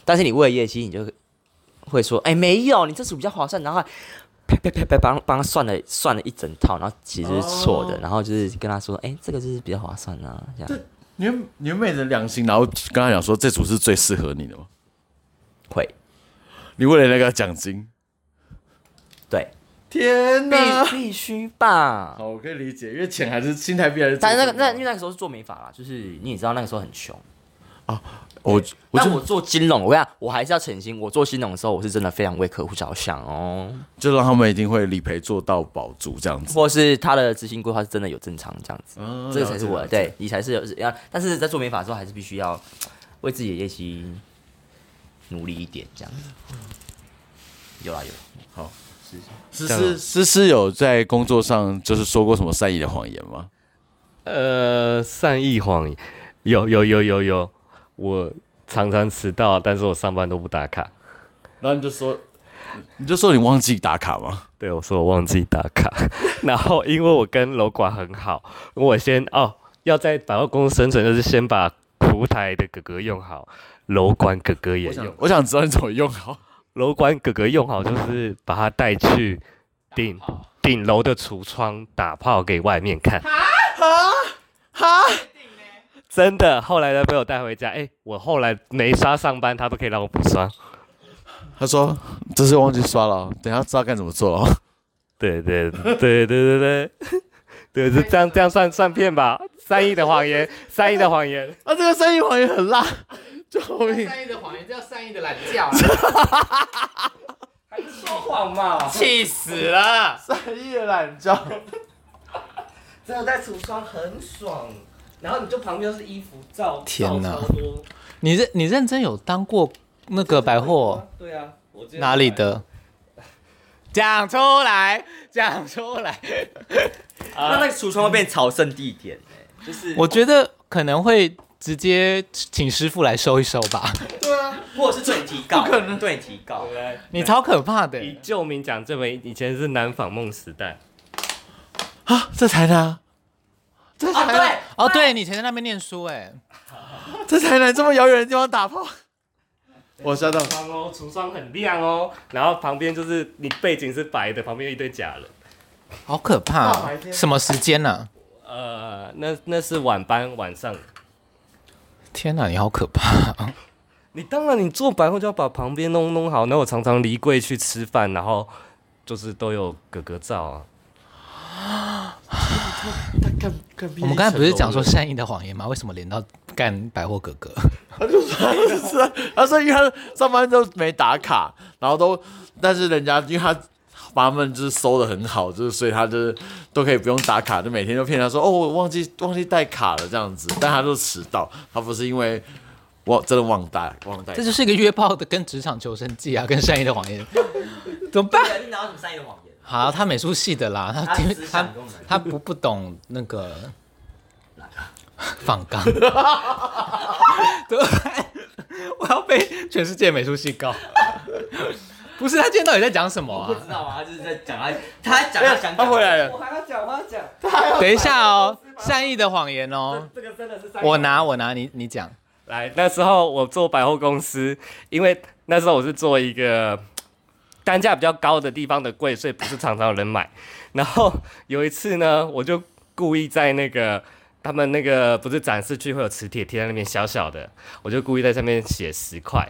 但是你为了业绩，你就会说，哎，没有，你这组比较划算，然后啪啪啪啪帮帮他算了算了一整套，然后其实是错的，然后就是跟他说，哎，这个就是比较划算啊，这样
你有你有昧着良心，然后跟他讲说这组是最适合你的吗？
会
你为了那个奖金，
对，
天
必
哪！
必须吧。
好，我可以理解，因为钱还是心态必然是最
但
重
是那
要
个
的。
那因为那个时候是做美发啦，就是你也知道那个时候很穷。
我我
但
就
我做金融，我跟你讲，我还是要诚心。我做金融的时候，我是真的非常为客户着想哦。
就让他们一定会理赔做到保足这样子。
或是他的执行规划是真的有正常这样子，
嗯
这个才是我
了
的
解了解
对理财是有要，但是在做美发的时候还是必须要为自己的业绩努力一点这样子。有啦有啦，
思思思思有在工作上就是说过什么善意的谎言吗？
(laughs) 呃，善意谎言，有有有有有，我常常迟到，但是我上班都不打卡。
然后你就说，你就说你忘记打卡吗？
对，我说我忘记打卡， (laughs) 然后因为我跟楼管很好，我先哦要在百货公司生存，就是先把服务台的哥哥用好，楼管哥哥也用，
我想知道你怎么用好。
楼管哥哥用好就是把他带去顶顶楼的橱窗打炮给外面看。啊啊！真的，后来他被我带回家，哎、我后来没刷上班，他都可以让我补刷。
他说这是忘记刷了，等一下知道该怎么做了。
对对对对对对， (laughs) 对，是这样这样算算骗吧？善意的谎言，善意的谎言。
啊，这个善意谎言很辣， (laughs) 救命！
善意的谎言叫善意的懒觉，
说谎嘛，
气死了！
善意的懒觉，
真的在橱窗很爽，然后你就旁边都是衣服照，
天哪
哪，多
你认你认真有当过那个百货，
对啊，我之前
哪里的？讲出来，讲出来。
那那个橱窗会变朝圣地点、欸、就
(laughs)
是
我觉得可能会直接请师傅来收一收吧。
或者是对你提告，可能对你提告，
你超可怕的、
以旧名讲，这本以前是南纺梦时代，
这台南，这
啊
台
对，
南，
哦，对你以前在那边念书哎、
这台南这么遥远的地方打炮，我吓到。
窗哦，橱窗很亮哦，然后旁边就是你背景是白的，旁边有一堆假人。
好可怕、
大白
啊！
天
什么时间呢、
呃，那那是晚班晚上。
天哪，你好可怕！
你当然，你做百货就要把旁边弄弄好。那我常常离柜去吃饭，然后就是都有哥哥照啊。 (gasps)
我们刚才不是讲说善意的谎言吗？为什么连到干百货哥哥？
是啊，他说因为他上班都没打卡，然后都，但是人家因为他把他们就是收的很好，就是所以他就是都可以不用打卡，就每天都骗他说哦我忘记忘记带卡了这样子，但他都迟到，他不是因为忘真的忘带忘带
这，就是一个约炮的跟职场求生记啊，跟善意的谎
(laughs)
言，怎么办？
你拿到什么善意的谎言？
好，他美术系的啦，他
他
因为
思
他
想功能 (laughs)
他不不懂那个放 (laughs) 刚，对，我要被全世界美术系告。不是他今天到底在讲什么啊？
知道啊，他就是在讲他，他讲
他回来了，
我还要讲，我还要讲，
等一下哦，善意的谎言哦，
这个真的是三
我拿我拿你你讲，
来那时候我做百货公司，因为那时候我是做一个单价比较高的地方的柜，所以不是常常有人买。然后有一次呢，我就故意在那个他们那个不是展示区会有磁铁贴在那边小小的，我就故意在上面写十块，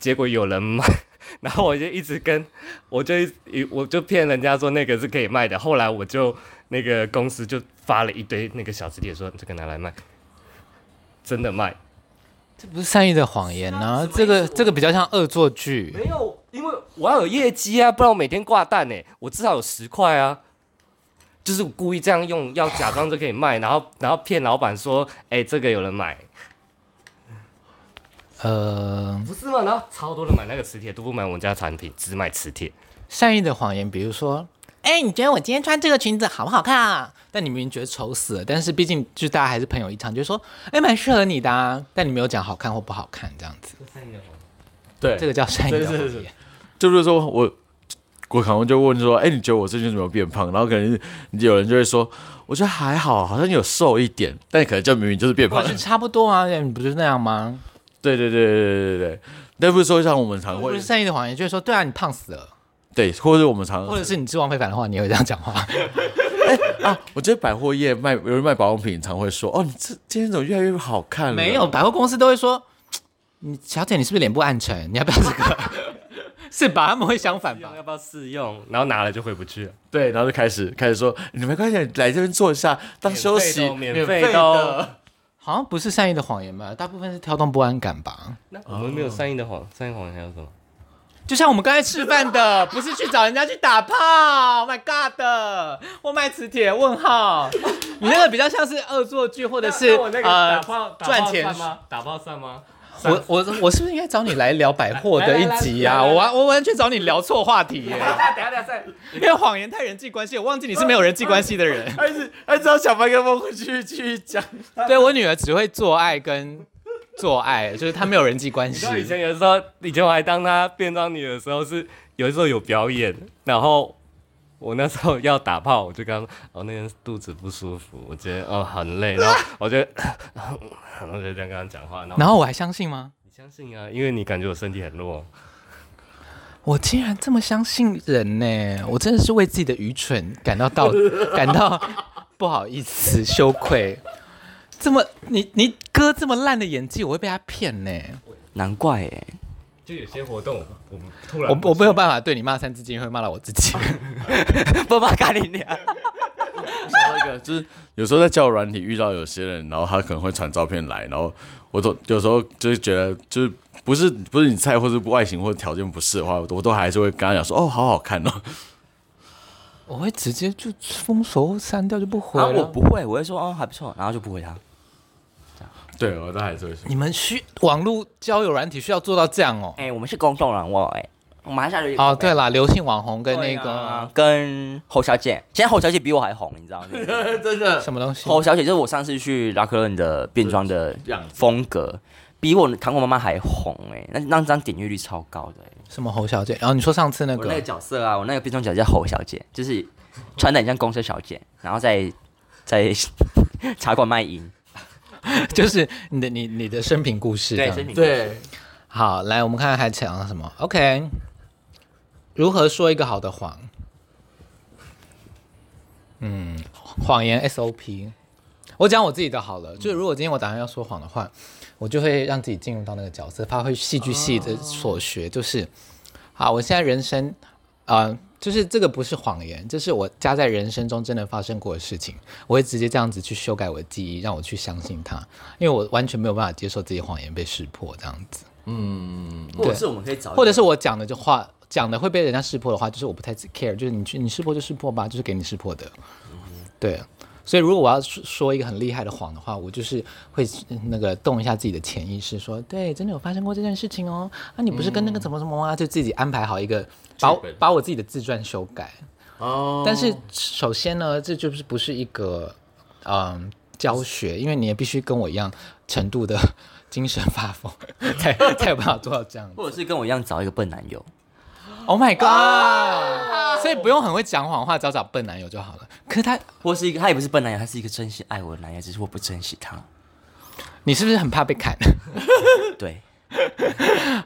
结果有人买， (laughs) 然后我就一直跟，我就一直我就骗人家说那个是可以卖的，后来我就那个公司就发了一堆那个小磁铁说这个拿来卖，真的卖，
这不是善意的谎言
啊
呢、这个这个比较像恶作剧。
没有，因为我要有业绩啊，不然我每天挂蛋呢、我至少有十块啊。就是我故意这样用，要假装这可以卖，然后 (laughs) 然后骗老板说，哎、这个有人买，
呃，
不是吗？然后超多人买那个磁铁，都不买我们家产品，只买磁铁。
善意的谎言，比如说，哎、你觉得我今天穿这个裙子好不好看啊？但你明明觉得丑死了，但是毕竟就大家还是朋友一场，就说，哎、蛮适合你的啊。但你没有讲好看或不好看这样子，
对
这个叫善意的
对
谎
是
言。
是就是说我我可能就问说，哎、你觉得我最近怎么变胖？然后可能有人就会说，我觉得还好，好像有瘦一点，但可能就明明就是变
我
胖。
是差不多啊，你不是那样吗？
对对对对对对对，那不是说像我们常
不
会
是善意的谎言，就是说，对啊，你胖死
(laughs)
了，
对，或者我们常
或者是你吃王非凡的话，你也会这样讲
(laughs)
话。
啊，我觉得百货业卖有人卖保养品，常会说，哦，你这今天怎么越来越好看了？
没有，百货公司都会说，你小姐你是不是脸部暗沉？你要不要这个？ (laughs) 是吧？他们会相反吧？
要不要试用？然后拿了就回不去了，
对，然后就开始开始说，你没关系，来这边坐一下，当休息，
免
免
费
费
的
的
哦。
好像不是善意的谎言吧？大部分是挑动不安感吧？
那哦我们没有善意的谎，善意谎言还有什么？
就像我们刚才吃饭
(laughs)
的，不是去找人家去打炮。Oh my god！我卖磁铁？问号？你那个比较像是恶作剧，或者是呃赚钱？
吗？打炮算吗？
我我我是不是应该找你来聊百货的一集啊？
来来来来来
我完我完全找你聊错话题耶，
下 (laughs) 等下等 (laughs) 下，
因为谎言太人际关系，我忘记你是没有人际关系的
(laughs)
人。
还是还是要小麦克风回去继续讲。
对我女儿只会做爱跟做爱，就是她没有人际关
你
系
知道。以前有时候，以前我还当她变装女的时候是，有的时候有表演，然后我那时候要打炮，我就跟她说，哦，那天肚子不舒服，我觉得哦很累，然后我就， (laughs) 然后我就这样跟她讲话，然后
然后我还相信吗？
你相信啊，因为你感觉我身体很弱，
我竟然这么相信人呢、我真的是为自己的愚蠢感到
(laughs)
到感到不好意思、羞愧。这么你你哥这么烂的演技，我会被他骗呢、
难怪哎，
就有些活动我我突
我
(laughs)
我没有办法对你骂三字经，会骂到我自
(laughs)
己。
不把咖喱娘，
想到一个，就是有时候在交友软体遇到有些人，然后他可能会传照片来，然后我都有时候就是觉得就是。不是不是你菜，或是外形或者条件不是的话，我都我都还是会跟他讲说，哦，好好看哦。 (laughs)
我会直接就封锁、删掉，就不回
然
了。
啊后我不会，我会说哦还不错，然后就不回他。
对，我都还是会说。
你们需网络交友软体需要做到这样哦。
哎，我们是公众人物哎，我马上就
哦，对啦，流行网红跟
对
那
啊
个
跟侯小姐，现在侯小姐比我还红，你
(laughs)
知道吗？
什么东西，
侯小姐就是我上次去拉克润的变装的
样子
风格，比我糖果妈妈还红哎、那那张点阅率超高的、欸。
什么侯小姐。然哦后你说上次那
我那个
个，
角色啊，我那个变装角色叫侯小姐，就是穿的很像公车小姐，然后在 (laughs) 在茶馆卖淫。
(laughs) 就是你的你你的生平故事这样。
身
对，
好，来我们看看还讲了什么。OK，如何说一个好的谎？嗯，谎言 SOP。我讲我自己的好了，就是如果今天我打算要说谎的话，我就会让自己进入到那个角色，发挥戏剧系的所学，就是，好，我现在人生，呃，就是这个不是谎言，这是我加在人生中真的发生过的事情，我会直接这样子去修改我的记忆，让我去相信它，因为我完全没有办法接受自己谎言被识破这样子。
或者是我们可以找一个，
或者是我讲的就话讲的会被人家识破的话，就是我不太 care，就是你去你识破就识破吧，就是给你识破的。对，所以如果我要说说一个很厉害的谎的话，我就是会嗯那个动一下自己的潜意识说，对，真的有发生过这件事情哦。啊，你不是跟那个怎么怎么啊吗？就自己安排好一个，把我
嗯剧本
把我自己的自传修改。
哦，
但是首先呢，这就是不是一个嗯教学，因为你也必须跟我一样程度的精神发疯，才才有办法做到这样子。
或者是跟我一样找一个笨男友，
Oh my god！所以不用很会讲谎话，只要找笨男友就好了。可是他，
或是一个他也不是笨男友，他是一个真心爱我的男友，只是我不珍惜他。
你是不是很怕被砍？ (laughs)
对，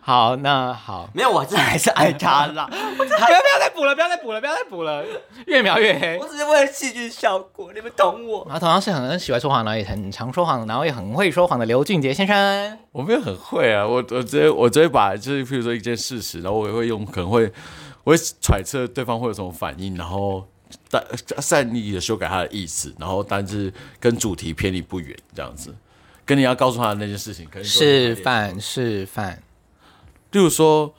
好，那好，
没有，我这 (laughs) 还是爱他 (laughs) 啦，
不要不要再补了，不要再补了，不要再补了，越描越黑
我。只是为了戏剧效果，你们懂我。
然后同样是很喜欢说谎，然后也很常说谎，然后也很会说谎的刘俊杰先生。
我没有很会啊，我我直接我直接把就是譬如说一件事实，然后我也会用可能会我会揣测对方会有什么反应，然后但善意的修改他的意思，然后但是跟主题偏离不远这样子。跟你要告诉他的那件事情，可能
示范示范，
例如说，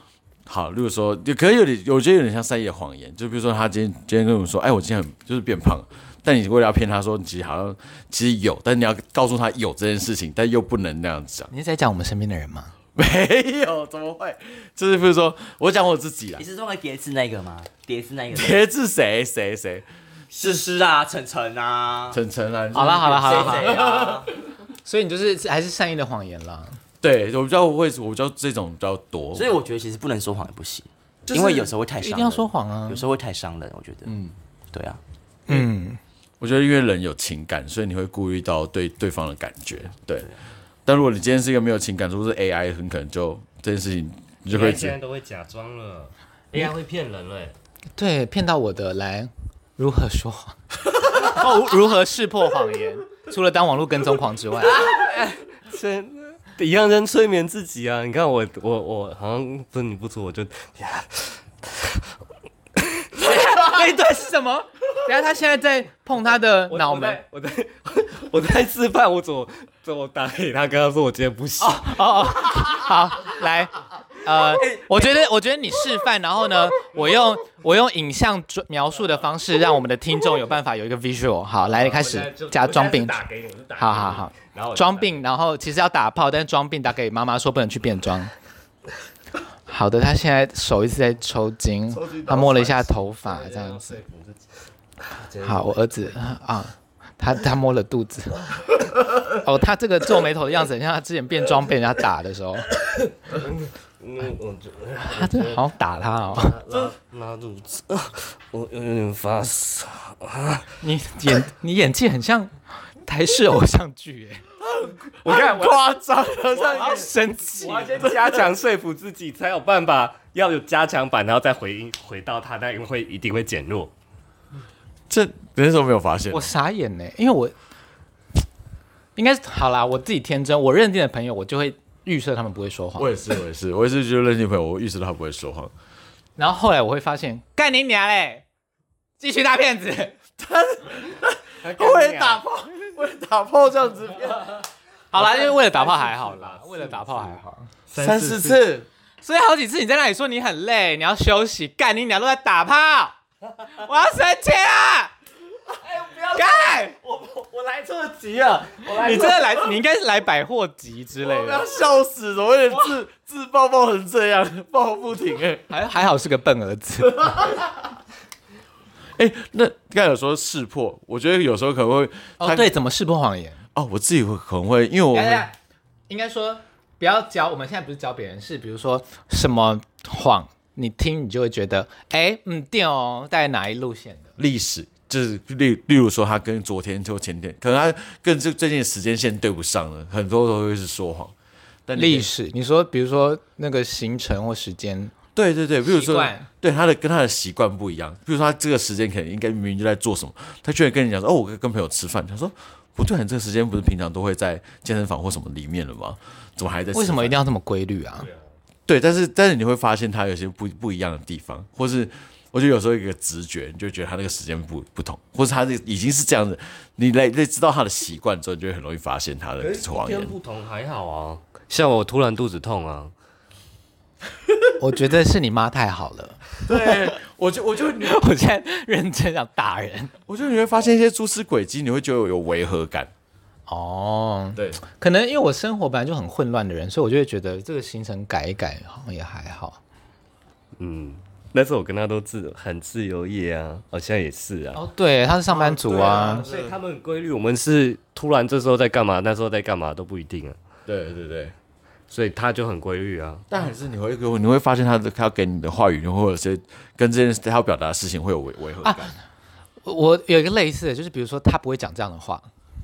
好，例如说，也可以有点，我觉得有点像善意的谎言。就比如说，他今天今天跟我说，哎，我今天很就是变胖了，但你为了要骗他说，你其实好像其实有，但你要告诉他有这件事情，但又不能那样讲。
你是在讲我们身边的人吗？
没有，怎么会？就是比如说，我讲我自己 (laughs) 啦
你，是用来叠字那个吗？叠字那个
别致谁谁谁，
诗诗啊，晨晨啊，
晨晨啊，
好啦好啦好啦
谁
好啦，
谁啊，
所以你就是还是善意的谎言啦。
对我比较会，我比较这种比较
(laughs)
多，
所以我觉得其实不能说谎也不行，因为有时候会太伤人，
一定要说谎啊
有时候会太伤人，我觉得。嗯，对啊，
嗯，
我觉得因为人有情感，所以你会顾虑到对对方的感觉，对。但如果你今天是一个没有情感，如果是 AI，很可能就这件事情你就会
现
觉
在
得
都会假装了，AI 会骗人了欸。 (laughs)
对，骗到我的来，如何说谎？ (laughs) 哦，如何识破谎言？ (laughs) 除了当网络跟踪狂之外，
真的一样在催眠自己啊！你看我我我好像不你不出我就呀 (laughs)
那一段哎是什么？等一下他现在在碰他的
我
脑
我
门
在，我在我在示范我怎么怎么打给他，跟他说我今天不行。
好，来，呃，我觉得，我觉得你示范，然后呢，我用我用影像转描述的方式，让我们的听众有办法有一个 visual。好，来开
我现在就
始假装病
我现，在是打给你，我是打给你
好好好，
然后我就
装病，然后其实要打炮，但是装病打给妈妈说不能去变
(laughs)
装。好的，他现在手一直在抽筋，他摸了一下头发，啊这样子。好，我儿子啊，他他摸了肚子。 (laughs) 哦，他这个皱眉头的样子，很像他之前变装被人家打的时候。
嗯，我就
(laughs) 他真的好像打他哦！
拉拉肚子，我有点发烧。
(laughs)
啊
你演你演技很像台式偶像剧 (laughs) 哎，
我看我
夸张了，这样
好生气
我要先加强说服自己，才有办法要有加强版，然后再回应回到他，但因为会一定会减弱。
这那时候没有发现
我，傻眼呢，因为我应该是好啦，我自己天真，我认定的朋友，我就会预设他们不会说谎
我，也是，我也是，我也是觉得认识朋友，我意识到他不会说谎，
然后后来我会发现，干你娘嘞，继续大 (laughs) 骗子。
为了打
打炮这样子
(laughs) 好啦，因为为了打炮还好 (laughs) 啦，为了打炮还好。
三四次，
所以好几次你在那里说你很累，你要休息，干你娘都在打炮，我要生气了。
哎
干！
我我来错集了，
你真的来，你应该是来百货集之类
我要
的。
(laughs) 笑死了，我有点自自爆爆成这样，爆不停 (laughs) 哎、
还还好是个笨儿子，
哎、那刚才有说识破，我觉得有时候可能会，
哦对，怎么识破谎言？
哦，我自己会可能会，因为我
等一
会
下哎应该说不要教，我们现在不是教别人，是比如说什么谎，你听你就会觉得，哎，嗯，定哦，大概哪一路线的？
历史，就是例例如说，他跟昨天或前天，可能他跟这最近的时间线对不上了，很多都会是说谎。但你可以
历史，你说比如说那个行程或时间，
对对对，比如
习
说
惯
对他的跟他的习惯不一样，比如说他这个时间可能应该明明就在做什么，他居然跟你讲说哦，我跟跟朋友吃饭，他说不对啊，你这个时间不是平常都会在健身房或什么里面了吗？怎么还在吃饭？
为什么一定要这么规律啊？
对，但是但是你会发现他有些不不一样的地方，或是我觉得有时候有一个直觉，你就觉得他那个时间不不同，或是他这个已经是这样子，你来来知道他的习惯之后，你就会很容易发现他的谎言。
不同还好啊。像我突然肚子痛啊，
我觉得是你妈太好了，
对，我就 (laughs) 我就
我现在认真想打人。
我就你会发现一些蛛丝轨迹，你会觉得有违和感。
哦，
对，
可能因为我生活本来就很混乱的人，所以我就会觉得这个行程改一改好像也还好。
嗯，那时候我跟他都自很自由业啊，好像也是啊。
哦，对，他是上班族
哦
啊，
所以他们很规律，我们是突然这时候在干嘛，那时候在干嘛都不一定啊。
对对对，
所以他就很规律啊。
但还是你会给我，你会发现他的他要给你的话语，或者是跟这件事他要表达的事情会有违违
啊
和感。啊
我我有一个类似的，就是比如说他不会讲这样的话，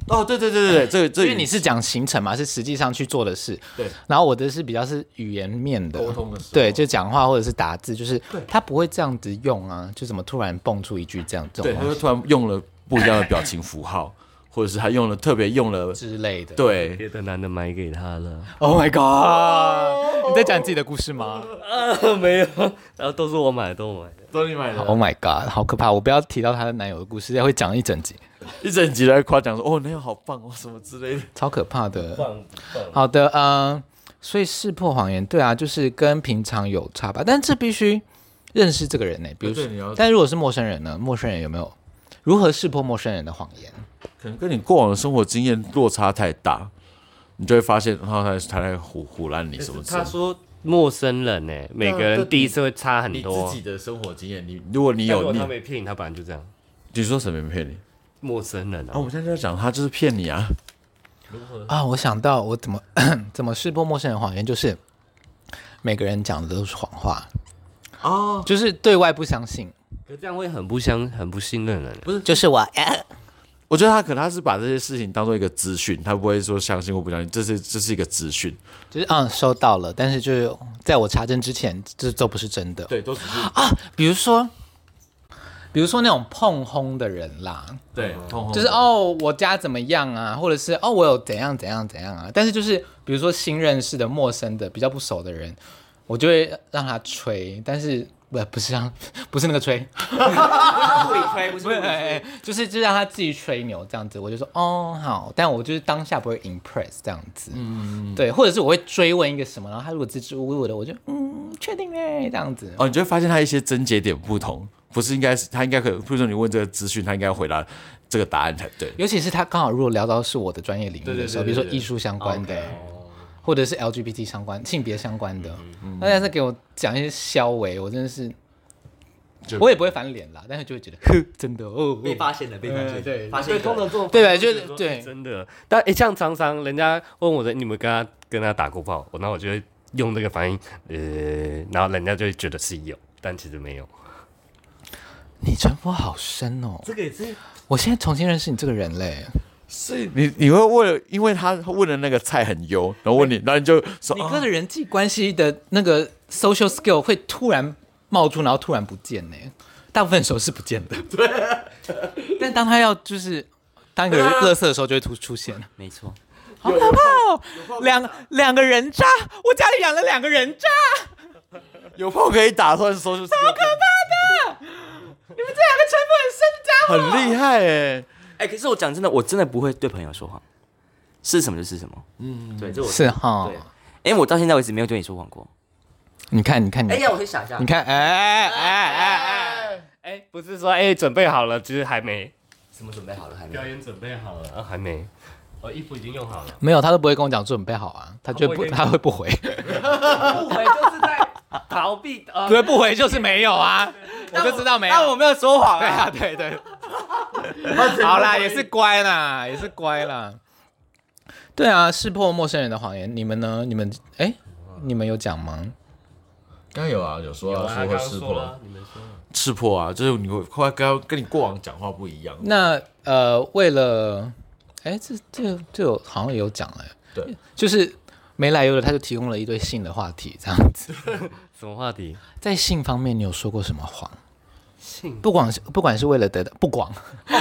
哦，对对对对对，这个这
因
个
为你是讲行程嘛，是实际上去做的事。
对。
然后我的是比较是语言面的
沟通的时候
对，就讲话或者是打字，就是他不会这样子用啊，就怎么突然蹦出一句这样这
对，
种
他
话
会突然用了不一样的表情符号，或者是他用了特别用了，
之类的。
对，
别的男的买给他
(laughs)
了，
Oh my
哦
god！你在讲你自己的故事吗
没有，然后都是我买的，都我买的。
都你买的啊
？Oh my god！好可怕！我不要提到她的男友的故事，会讲一整集，
一整集都在夸奖说哦，那个好棒哦，什么之类的。
超可怕的。好的，嗯、所以识破谎言，对啊，就是跟平常有差吧，但这必须认识这个人呢、比如说
对你要，
但如果是陌生人呢？陌生人有没有如何识破陌生人的谎言？
可能跟你过往的生活经验落差太大，你就会发现，然后他他在胡胡乱你什么之类
他
的。
说陌生人呢、每个人第一次会差很
你
多。
自己的生活经验，你如果你
但如
有
果
你
他，没骗你，他本来就这样。
你说什么骗你？
陌生人
啊，
啊
我，们现在就在讲他就是骗你啊，
啊，我想到我怎么怎么识破陌生人谎言，就是每个人讲的都是谎话哦，就是对外不相信，
可这样会很不相很不信任人。啊
不是就是我、 (laughs)
我觉得他可能他是把这些事情当做一个资讯，他不会说相信或不相信，这是这是一个资讯，
就是嗯收到了，但是就是在我查证之前，这都不是真的。
对，都只是
比如说，比如说那种碰轰的人啦，
对，
就是哦，我家怎么样啊，或者是哦，我有怎样怎样怎样啊。但是就是比如说新认识的、陌生的、比较不熟的人，我就会让他吹，但是不不是让 (laughs) 不是那个吹，
不
不是、哎哎就是就让他自己吹牛这样子。我就说哦好，但我就是当下不会 impress 这样子，嗯，对，或者是我会追问一个什么，然后他如果支支吾吾的，我就嗯确定哎这样子。
哦，你就会发现他一些症结点不同，不是应该是他应该可，比如说你问这个资讯，他应该回答这个答案才对。
尤其是他刚好如果聊到是我的专业领域的时候，比如说艺术相关的，
哦
或者是 LGBT 相关、性别相关的，那要是给我讲一些消维，我真的是，我也不会翻脸啦，但是就会觉得， (laughs) 呵，真的哦，
(laughs) 被发现了，被发现了，
嗯对
发现了
这种
对吧？就是对，
真的。但诶，像常常人家问我的，你们跟他跟他打过炮，我那我就会用这个反应，呃，然后人家就会觉得是有，但其实没有。
你城府好深哦，
这个也是
我现在重新认识你这个人嘞，
所以你你会为了，因为他问的那个菜很优，然后问你，然后你就说
你
啊
哥的人际关系的那个 social skill 会突然冒出，然后突然不见呢，大部分时候是不见的，对，但当他要就是当一个人乐色的时候，就会突出现。
没错，
好可怕哦！两两个人渣，我家里养了两个人渣，
有炮可以打，突然说就是超可
你们这两个城府很深啊的家伙。
怕，很厉害哎、
哎、可是我讲真的，我真的不会对朋友说谎，是什么就是什么。嗯，对，这我
是哈
对，，因为我到现在为止没有对你说谎过。
你看，你看，你
哎、呀，我可以想一下，
你看，哎哎哎哎，
哎、不是说哎、准备好了，其实还没，
什么准备好了还没
表？演准备好了，啊、还没，我、衣服已经用好了。
没有，他都不会跟我讲准备好啊，他就不，他会不
(laughs)
回，
不回就是在逃避
哦
啊。
对，不回就是没有
(laughs)
啊，我就知道没有。
没有说谎
对啊，对
(laughs)
对。好啦，也是乖啦，也是乖啦。对啊，识破陌生人的谎言，你们呢？你们哎，你们有讲吗？
刚刚有啊，有说
有
啊
啊，刚
会
刚
识
说
破
了，，你们说了。
识破啊，就是你会快跟跟你过往讲话不一样。
那呃，为了，哎，这这这有好像也有讲哎，
对，
就是没来由的他就提供了一堆性的话题，这样子。
什么话题？
在性方面，你有说过什么谎？
性
不管是不管是为了得到不管， (laughs)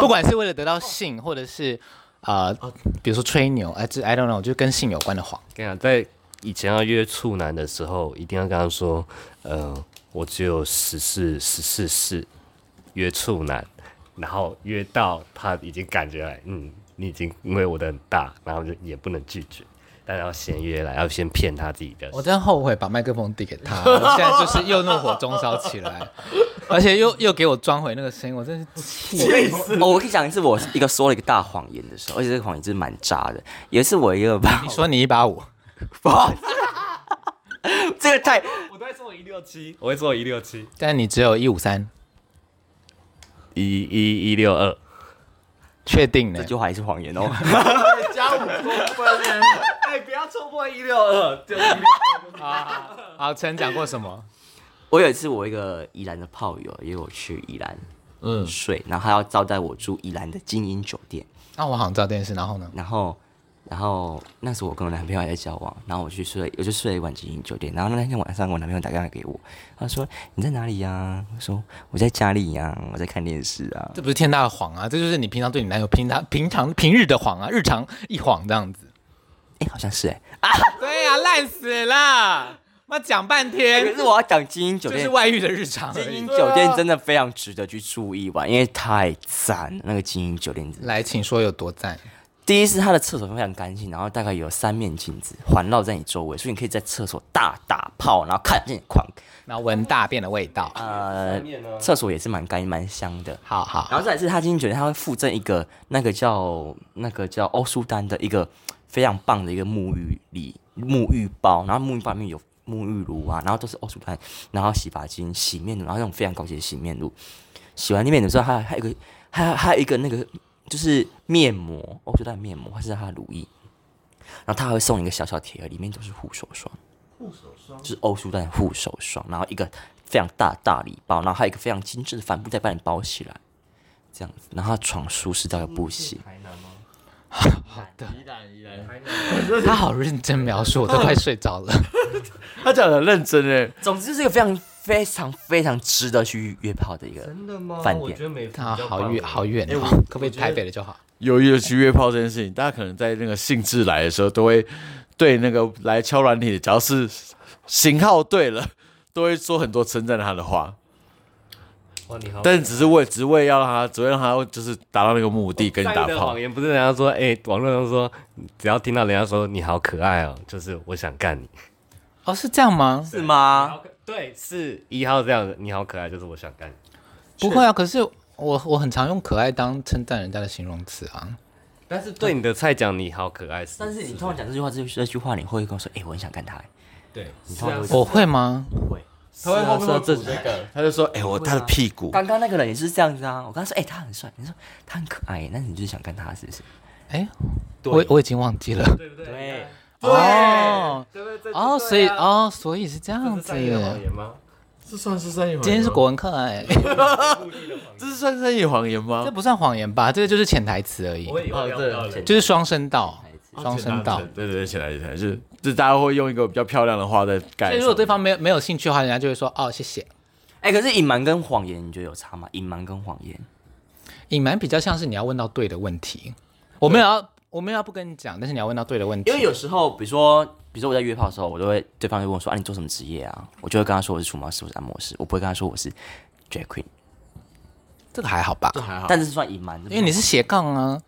不管是为了得到性，或者是啊、呃比如说吹牛，哎，这 I don't know，就跟性有关的谎。
跟你讲，在以前要约处男的时候，一定要跟他说，呃，我只有十四十四次约处男，然后约到他已经感觉来，嗯，你已经因为我的很大，然后就也不能拒绝，但要先约来，要先骗他自己的。
我真后悔把麦克风递给他，我现在就是又怒火中烧起来，而且又又给我装回那个声音，我真是气
哦，我可以讲一次，我一个说了一个大谎言的时候，而且这个谎言真的蛮渣的。也是我一个 (laughs) 吧，
你说你一八五，
这个太
我都会做一六七，我会做一六七，
但你只有一五三，
一一一六二。
确定呢 (laughs)
这？句话也是谎言哦。
加五公分，
哎，不要戳破一六二，就一六
好 (laughs) 好，陈讲过什么？
我有一次，我一个宜兰的炮友也有去宜兰
嗯，
睡，然后他要招待我住宜兰的精英酒店，
那我好像知道这件事，然后呢？
然后，然后那时候我跟我男朋友还在交往，然后我去睡，我就睡了一晚精英酒店。然后那天晚上，我男朋友打电话给我，他说：“你在哪里呀、我说：“我在家里呀、我在看电视啊。
这不是天大的谎啊，这就是你平常对你男友平常平常平日的谎啊，日常一谎这样子。”
哎，好像是哎、
对呀、啊，烂死了！妈讲半
(laughs) 可
天，
是我要讲精英酒
就是
店。
外遇的日常而
精英
已。
酒店真的非
啊
常值得去注意吧，因为太赞了。那个精英酒店真的，
来，请说有多赞？
第一是它的厕所非常干净，然后大概有三面镜子环绕在你周围，所以你可以在厕所大打炮，然后看见狂
然后闻大便的味道。
呃
上面呢，
厕所也是蛮干蛮香的。
好好，
然后再来是他今天觉得他会附赠一个那个叫那个叫欧舒丹的一个非常棒的一个沐浴礼沐浴包，然后沐浴包里面有沐浴乳啊，然后都是欧舒丹，然后洗发精、洗面乳，然后那种非常高级的洗面乳。洗完面乳之后，还有还有一个还有还有一个那个就是面膜，欧舒丹的面膜或是它的乳液，然后他还会送你一个小小铁盒，里面都是护手霜。就是欧舒丹的护手霜，然后一个非常大的大礼包，然后还有一个非常精致的帆布袋把你包起来，这样子，然后他床舒适到又不行。
台南吗？
的
宜兰，宜兰，台南。
他好认真描述，我都快睡着 (laughs) 了。
他讲的很认真哎，
总之就是一个非常非常非常值得去约炮的一个。
真的吗？
饭店
我觉得美孚
啊，
比较
好
棒
远好远
哎
哦
我，
可不可以
我觉得
台北的就好？
有意的去约炮这件事情，大家可能在那个兴致来的时候，都会对那个来敲软体的，只要是型号对了，都会说很多称赞他的话，
哇，你好。
但只是为只是为要让他，只为让他就是达到那个目的，跟你
善意
打
的
炮
谎。言不是人家说，哎、网络上说，只要听到人家说你好可爱哦、就是我想干你。
哦，是这样吗？
是吗？
好可对，啊是一号这样的，你好可爱，就是我想干你。
不会啊，可是我我很常用可爱当称赞人家的形容词啊。
但是对你的菜讲你好可爱，
但是你通常讲这句话，这这句话你会跟我说，哎、我很想干他、欸，
对，你
通常
我会吗？
不会。
他会后面会
这
补那个，他就说：“哎、我他的屁股。
刚刚那个人也是这样子啊，我刚说，哎、他很帅，你说他很可爱、那你就是想干他是不是？
哎，我我已经忘记了。
对不对？
对，
哦
对不对？
哦，所以哦，所以是这样子
善。意的谎言吗？”
这算是善意谎言
今天是国文课哎，
这是算善意谎言吗
这？不算谎言吧？这个就是潜台词而已，
我以
哦
为要到人，
就是双声道
潜台，
双声道。
对对对，起来起来，就是这大家会用一个比较漂亮的话在盖
所以
上。
如果对方没有没有兴趣的话，人家就会说哦，谢谢。哎
哎、可是隐瞒跟谎言，你觉得有差吗？隐瞒跟谎言，
隐瞒比较像是你要问到对的问题，我没有要我没有要不跟你讲，但是你要问到对的问题
因为。有时候，比如说，比如说我在约炮的时候，我都会对方就问我说：“啊，你做什么职业啊？”我就会跟他说我是除毛师，我是按摩师，我不会跟他说我是 drag queen，
这个还好吧？
还好，
但这是算隐瞒，
因为你是斜杠啊。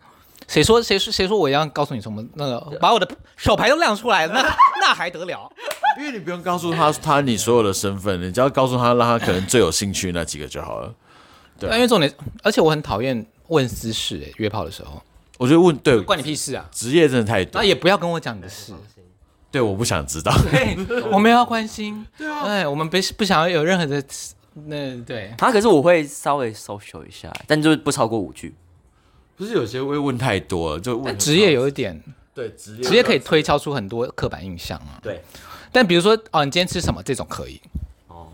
谁说谁说谁说我要告诉你什么那个，把我的手牌都亮出来了，那 (laughs) 那还得了？
因为你不用告诉他他你所有的身份，你只要告诉他，让他可能最有兴趣那几个就好了。对
但因为重点，而且我很讨厌问私事、欸，约炮的时候
我觉得问对
关你屁事啊！
职业真的太
然
多
后，也不要跟我讲你的事，
对我不想知道。
(laughs) 对，我们要关心，对啊，哎，我们不是不想要有任何的那对，
他、啊、可是我会稍微 social 一下，但就是不超过五句。
不是有些会问太多了，就问
但职业有一点，
对职业
职业可以推敲出很多刻板印象啊。
对，
但比如说哦，你今天吃什么这种可以，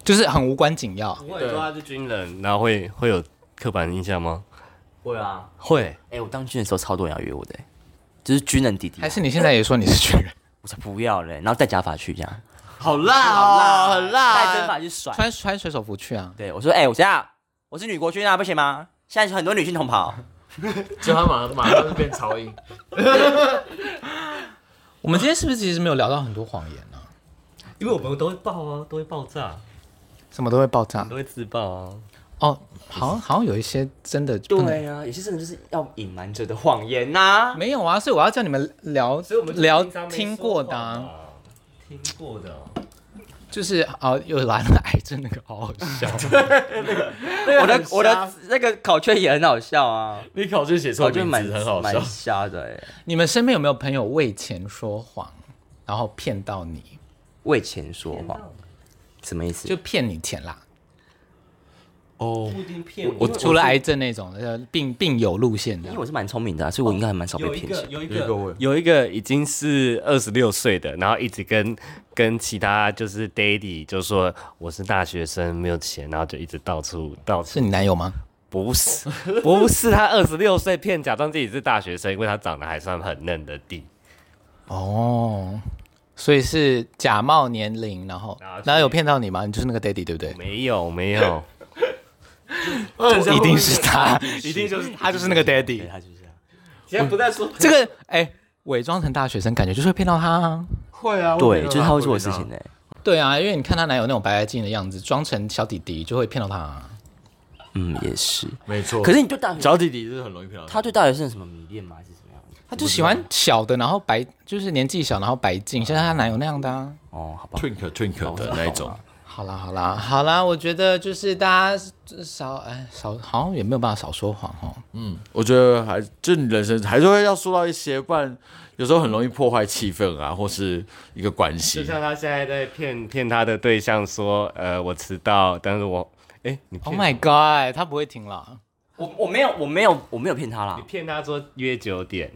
就是很无关紧要。
我也说他是军人，然后会会有刻板印象吗？
会啊，
会，
哎、我当军人的时候超多人要约我的、欸就是军人弟弟啊、
还是你现在也说你是军人，
我才不要嘞、然后戴假发去这样，
好辣哦，很
戴真
辣。
发去甩。
穿穿水手服去啊？
对，我说，哎、我现在我是女国军啊，不行吗？现在很多女性同袍，
就他马上马上就变超音，
我们今天是不是其实没有聊到很多谎言啊呢、
(laughs) 因为我们都会爆啊，都会爆炸，
什么都会爆炸
都会自爆啊。
哦，好像好像有一些真的不能
对啊，有些真的就是要隐瞒着的谎言
(laughs)
呐、
没有啊，所以我要叫你们聊
所以我们
聊听过的、啊，，
听过的、哦
就是哦又来了癌症那个，好好笑。
啊我的我的那个考卷也很好笑啊，
你考卷写错
考卷
名
蛮
字很好笑
蛮。
(laughs)
瞎的哎。
你们身边有没有朋友为钱说谎，然后骗到你，
为钱说谎，什么意思？
就骗你钱啦？
哦，
不一定骗我哦
我
除了癌症那种的呃病病友路线的
因为，我是蛮聪明的、啊，所以我应该还蛮少被
有一
骗
个
钱。
有一
有一个我
个有一个已经是二十六岁的，然后一直跟跟其他就是 daddy 就说我是大学生没有钱，然后就一直到处到处
是你男友吗？
不是 (laughs) 不是他二十六岁骗假装自己是大学生，因为他长得还算很嫩的弟，
哦，所以是假冒年龄，然后
然后去
然后有骗到你吗？你就是那个 daddy 对不对？
啊没有没有，
一定是他，
(laughs) 一定就是
他就是那个 daddy。
他就是这样
现在不再说
这个哎，伪装成大学生，感觉就是会骗到他啊。
会啊，
对，就是他会做的事情呢、
对啊，因为你看她男友那种白白净净的样子，装成小弟弟就会骗到她啊。
嗯，也是。
没错。
可是你对大学，
小弟弟是很容易骗到，
他对大学生有什么迷恋吗？还是什么样的？
她就喜欢小的，然后白，就是年纪小，然后白净，像她男友那样的、啊。
哦，好吧，
twink twink 的那一种，
好啦，好啦，好啦，我觉得就是大家少哎少，好像也没有办法少说谎哦。
我觉得还就你人生还是会要说到一些，不然有时候很容易破坏气氛啊，或是一个关
(laughs) 就
系。
像他现在在骗骗他的对象说，呃，我迟到，但是我，哎、你骗
Oh my god，她不会停啦。
我我没有我没有我没有骗他啦
你，骗他说约九点，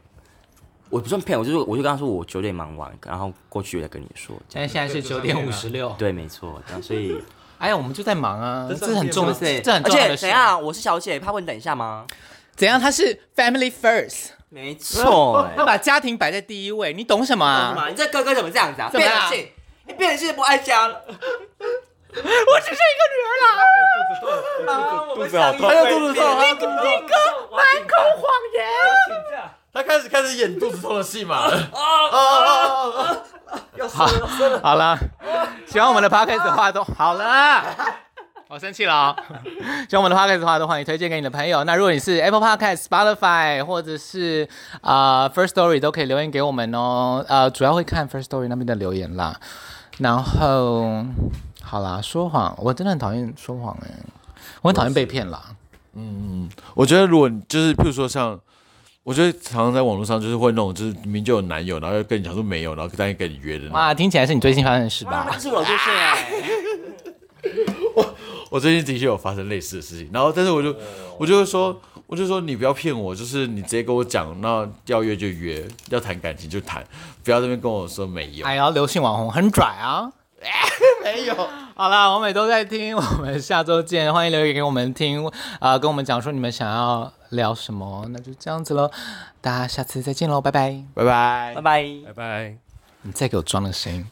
我不算骗，我就是我就跟他说我九点忙完，然后过去我再跟你说。这
现
样
在现在是九点五十六，
对，没错，这样所以
哎呀，我们就在忙啊，
这
这很重要，
而且
这很重要的事
怎。样？我是小姐，怕问等一下吗？
怎样？她是 family first，
没错、
她把家庭摆在第一位，你懂什么啊？
嘛？你这哥哥怎么这样子啊？
怎么
变
啦
了性，你变了性不爱家了。
我只是一个女儿啦。
啊我们
子好
想
痛
要
肚子痛
被
他
骗你哥满口谎言。
他开始开始演肚子痛的戏码了。
(laughs) 好了，喜欢我们的 podcast 的话都好了， (laughs) 我生气了、哦。 (laughs) 喜欢我们的 podcast 的话，都欢迎推荐给你的朋友。那如果你是 Apple Podcast、Spotify 或者是啊、呃 First Story 都可以留言给我们哦。呃，主要会看 First Story 那边的留言啦。然后，好啦，说谎，我真的很讨厌说谎哎、我很讨厌被骗啦。
(laughs) 我觉得如果你就是譬如说像，我觉得常常在网络上就是会那种就是明明就有男友，然后又跟你讲说没有，然后但是跟你约的那种。
哇，听起来是你最近发生的事吧
那？是我就是哎，
我最近的确有发生类似的事情，然后但是我就我就会说，我就说你不要骗我，就是你直接跟我讲，那要约就约，要谈感情就谈，不要这边跟我说没有。
哎呀，流行网红很拽啊！ (laughs) 没有，好啦，我们都在听，我们下周见，欢迎留言给我们听，啊、跟我们讲说你们想要聊什么，那就这样子喽，大家下次再见喽，拜拜！嗯
拜拜
拜。拜。
拜拜。
你再给我装那个声音。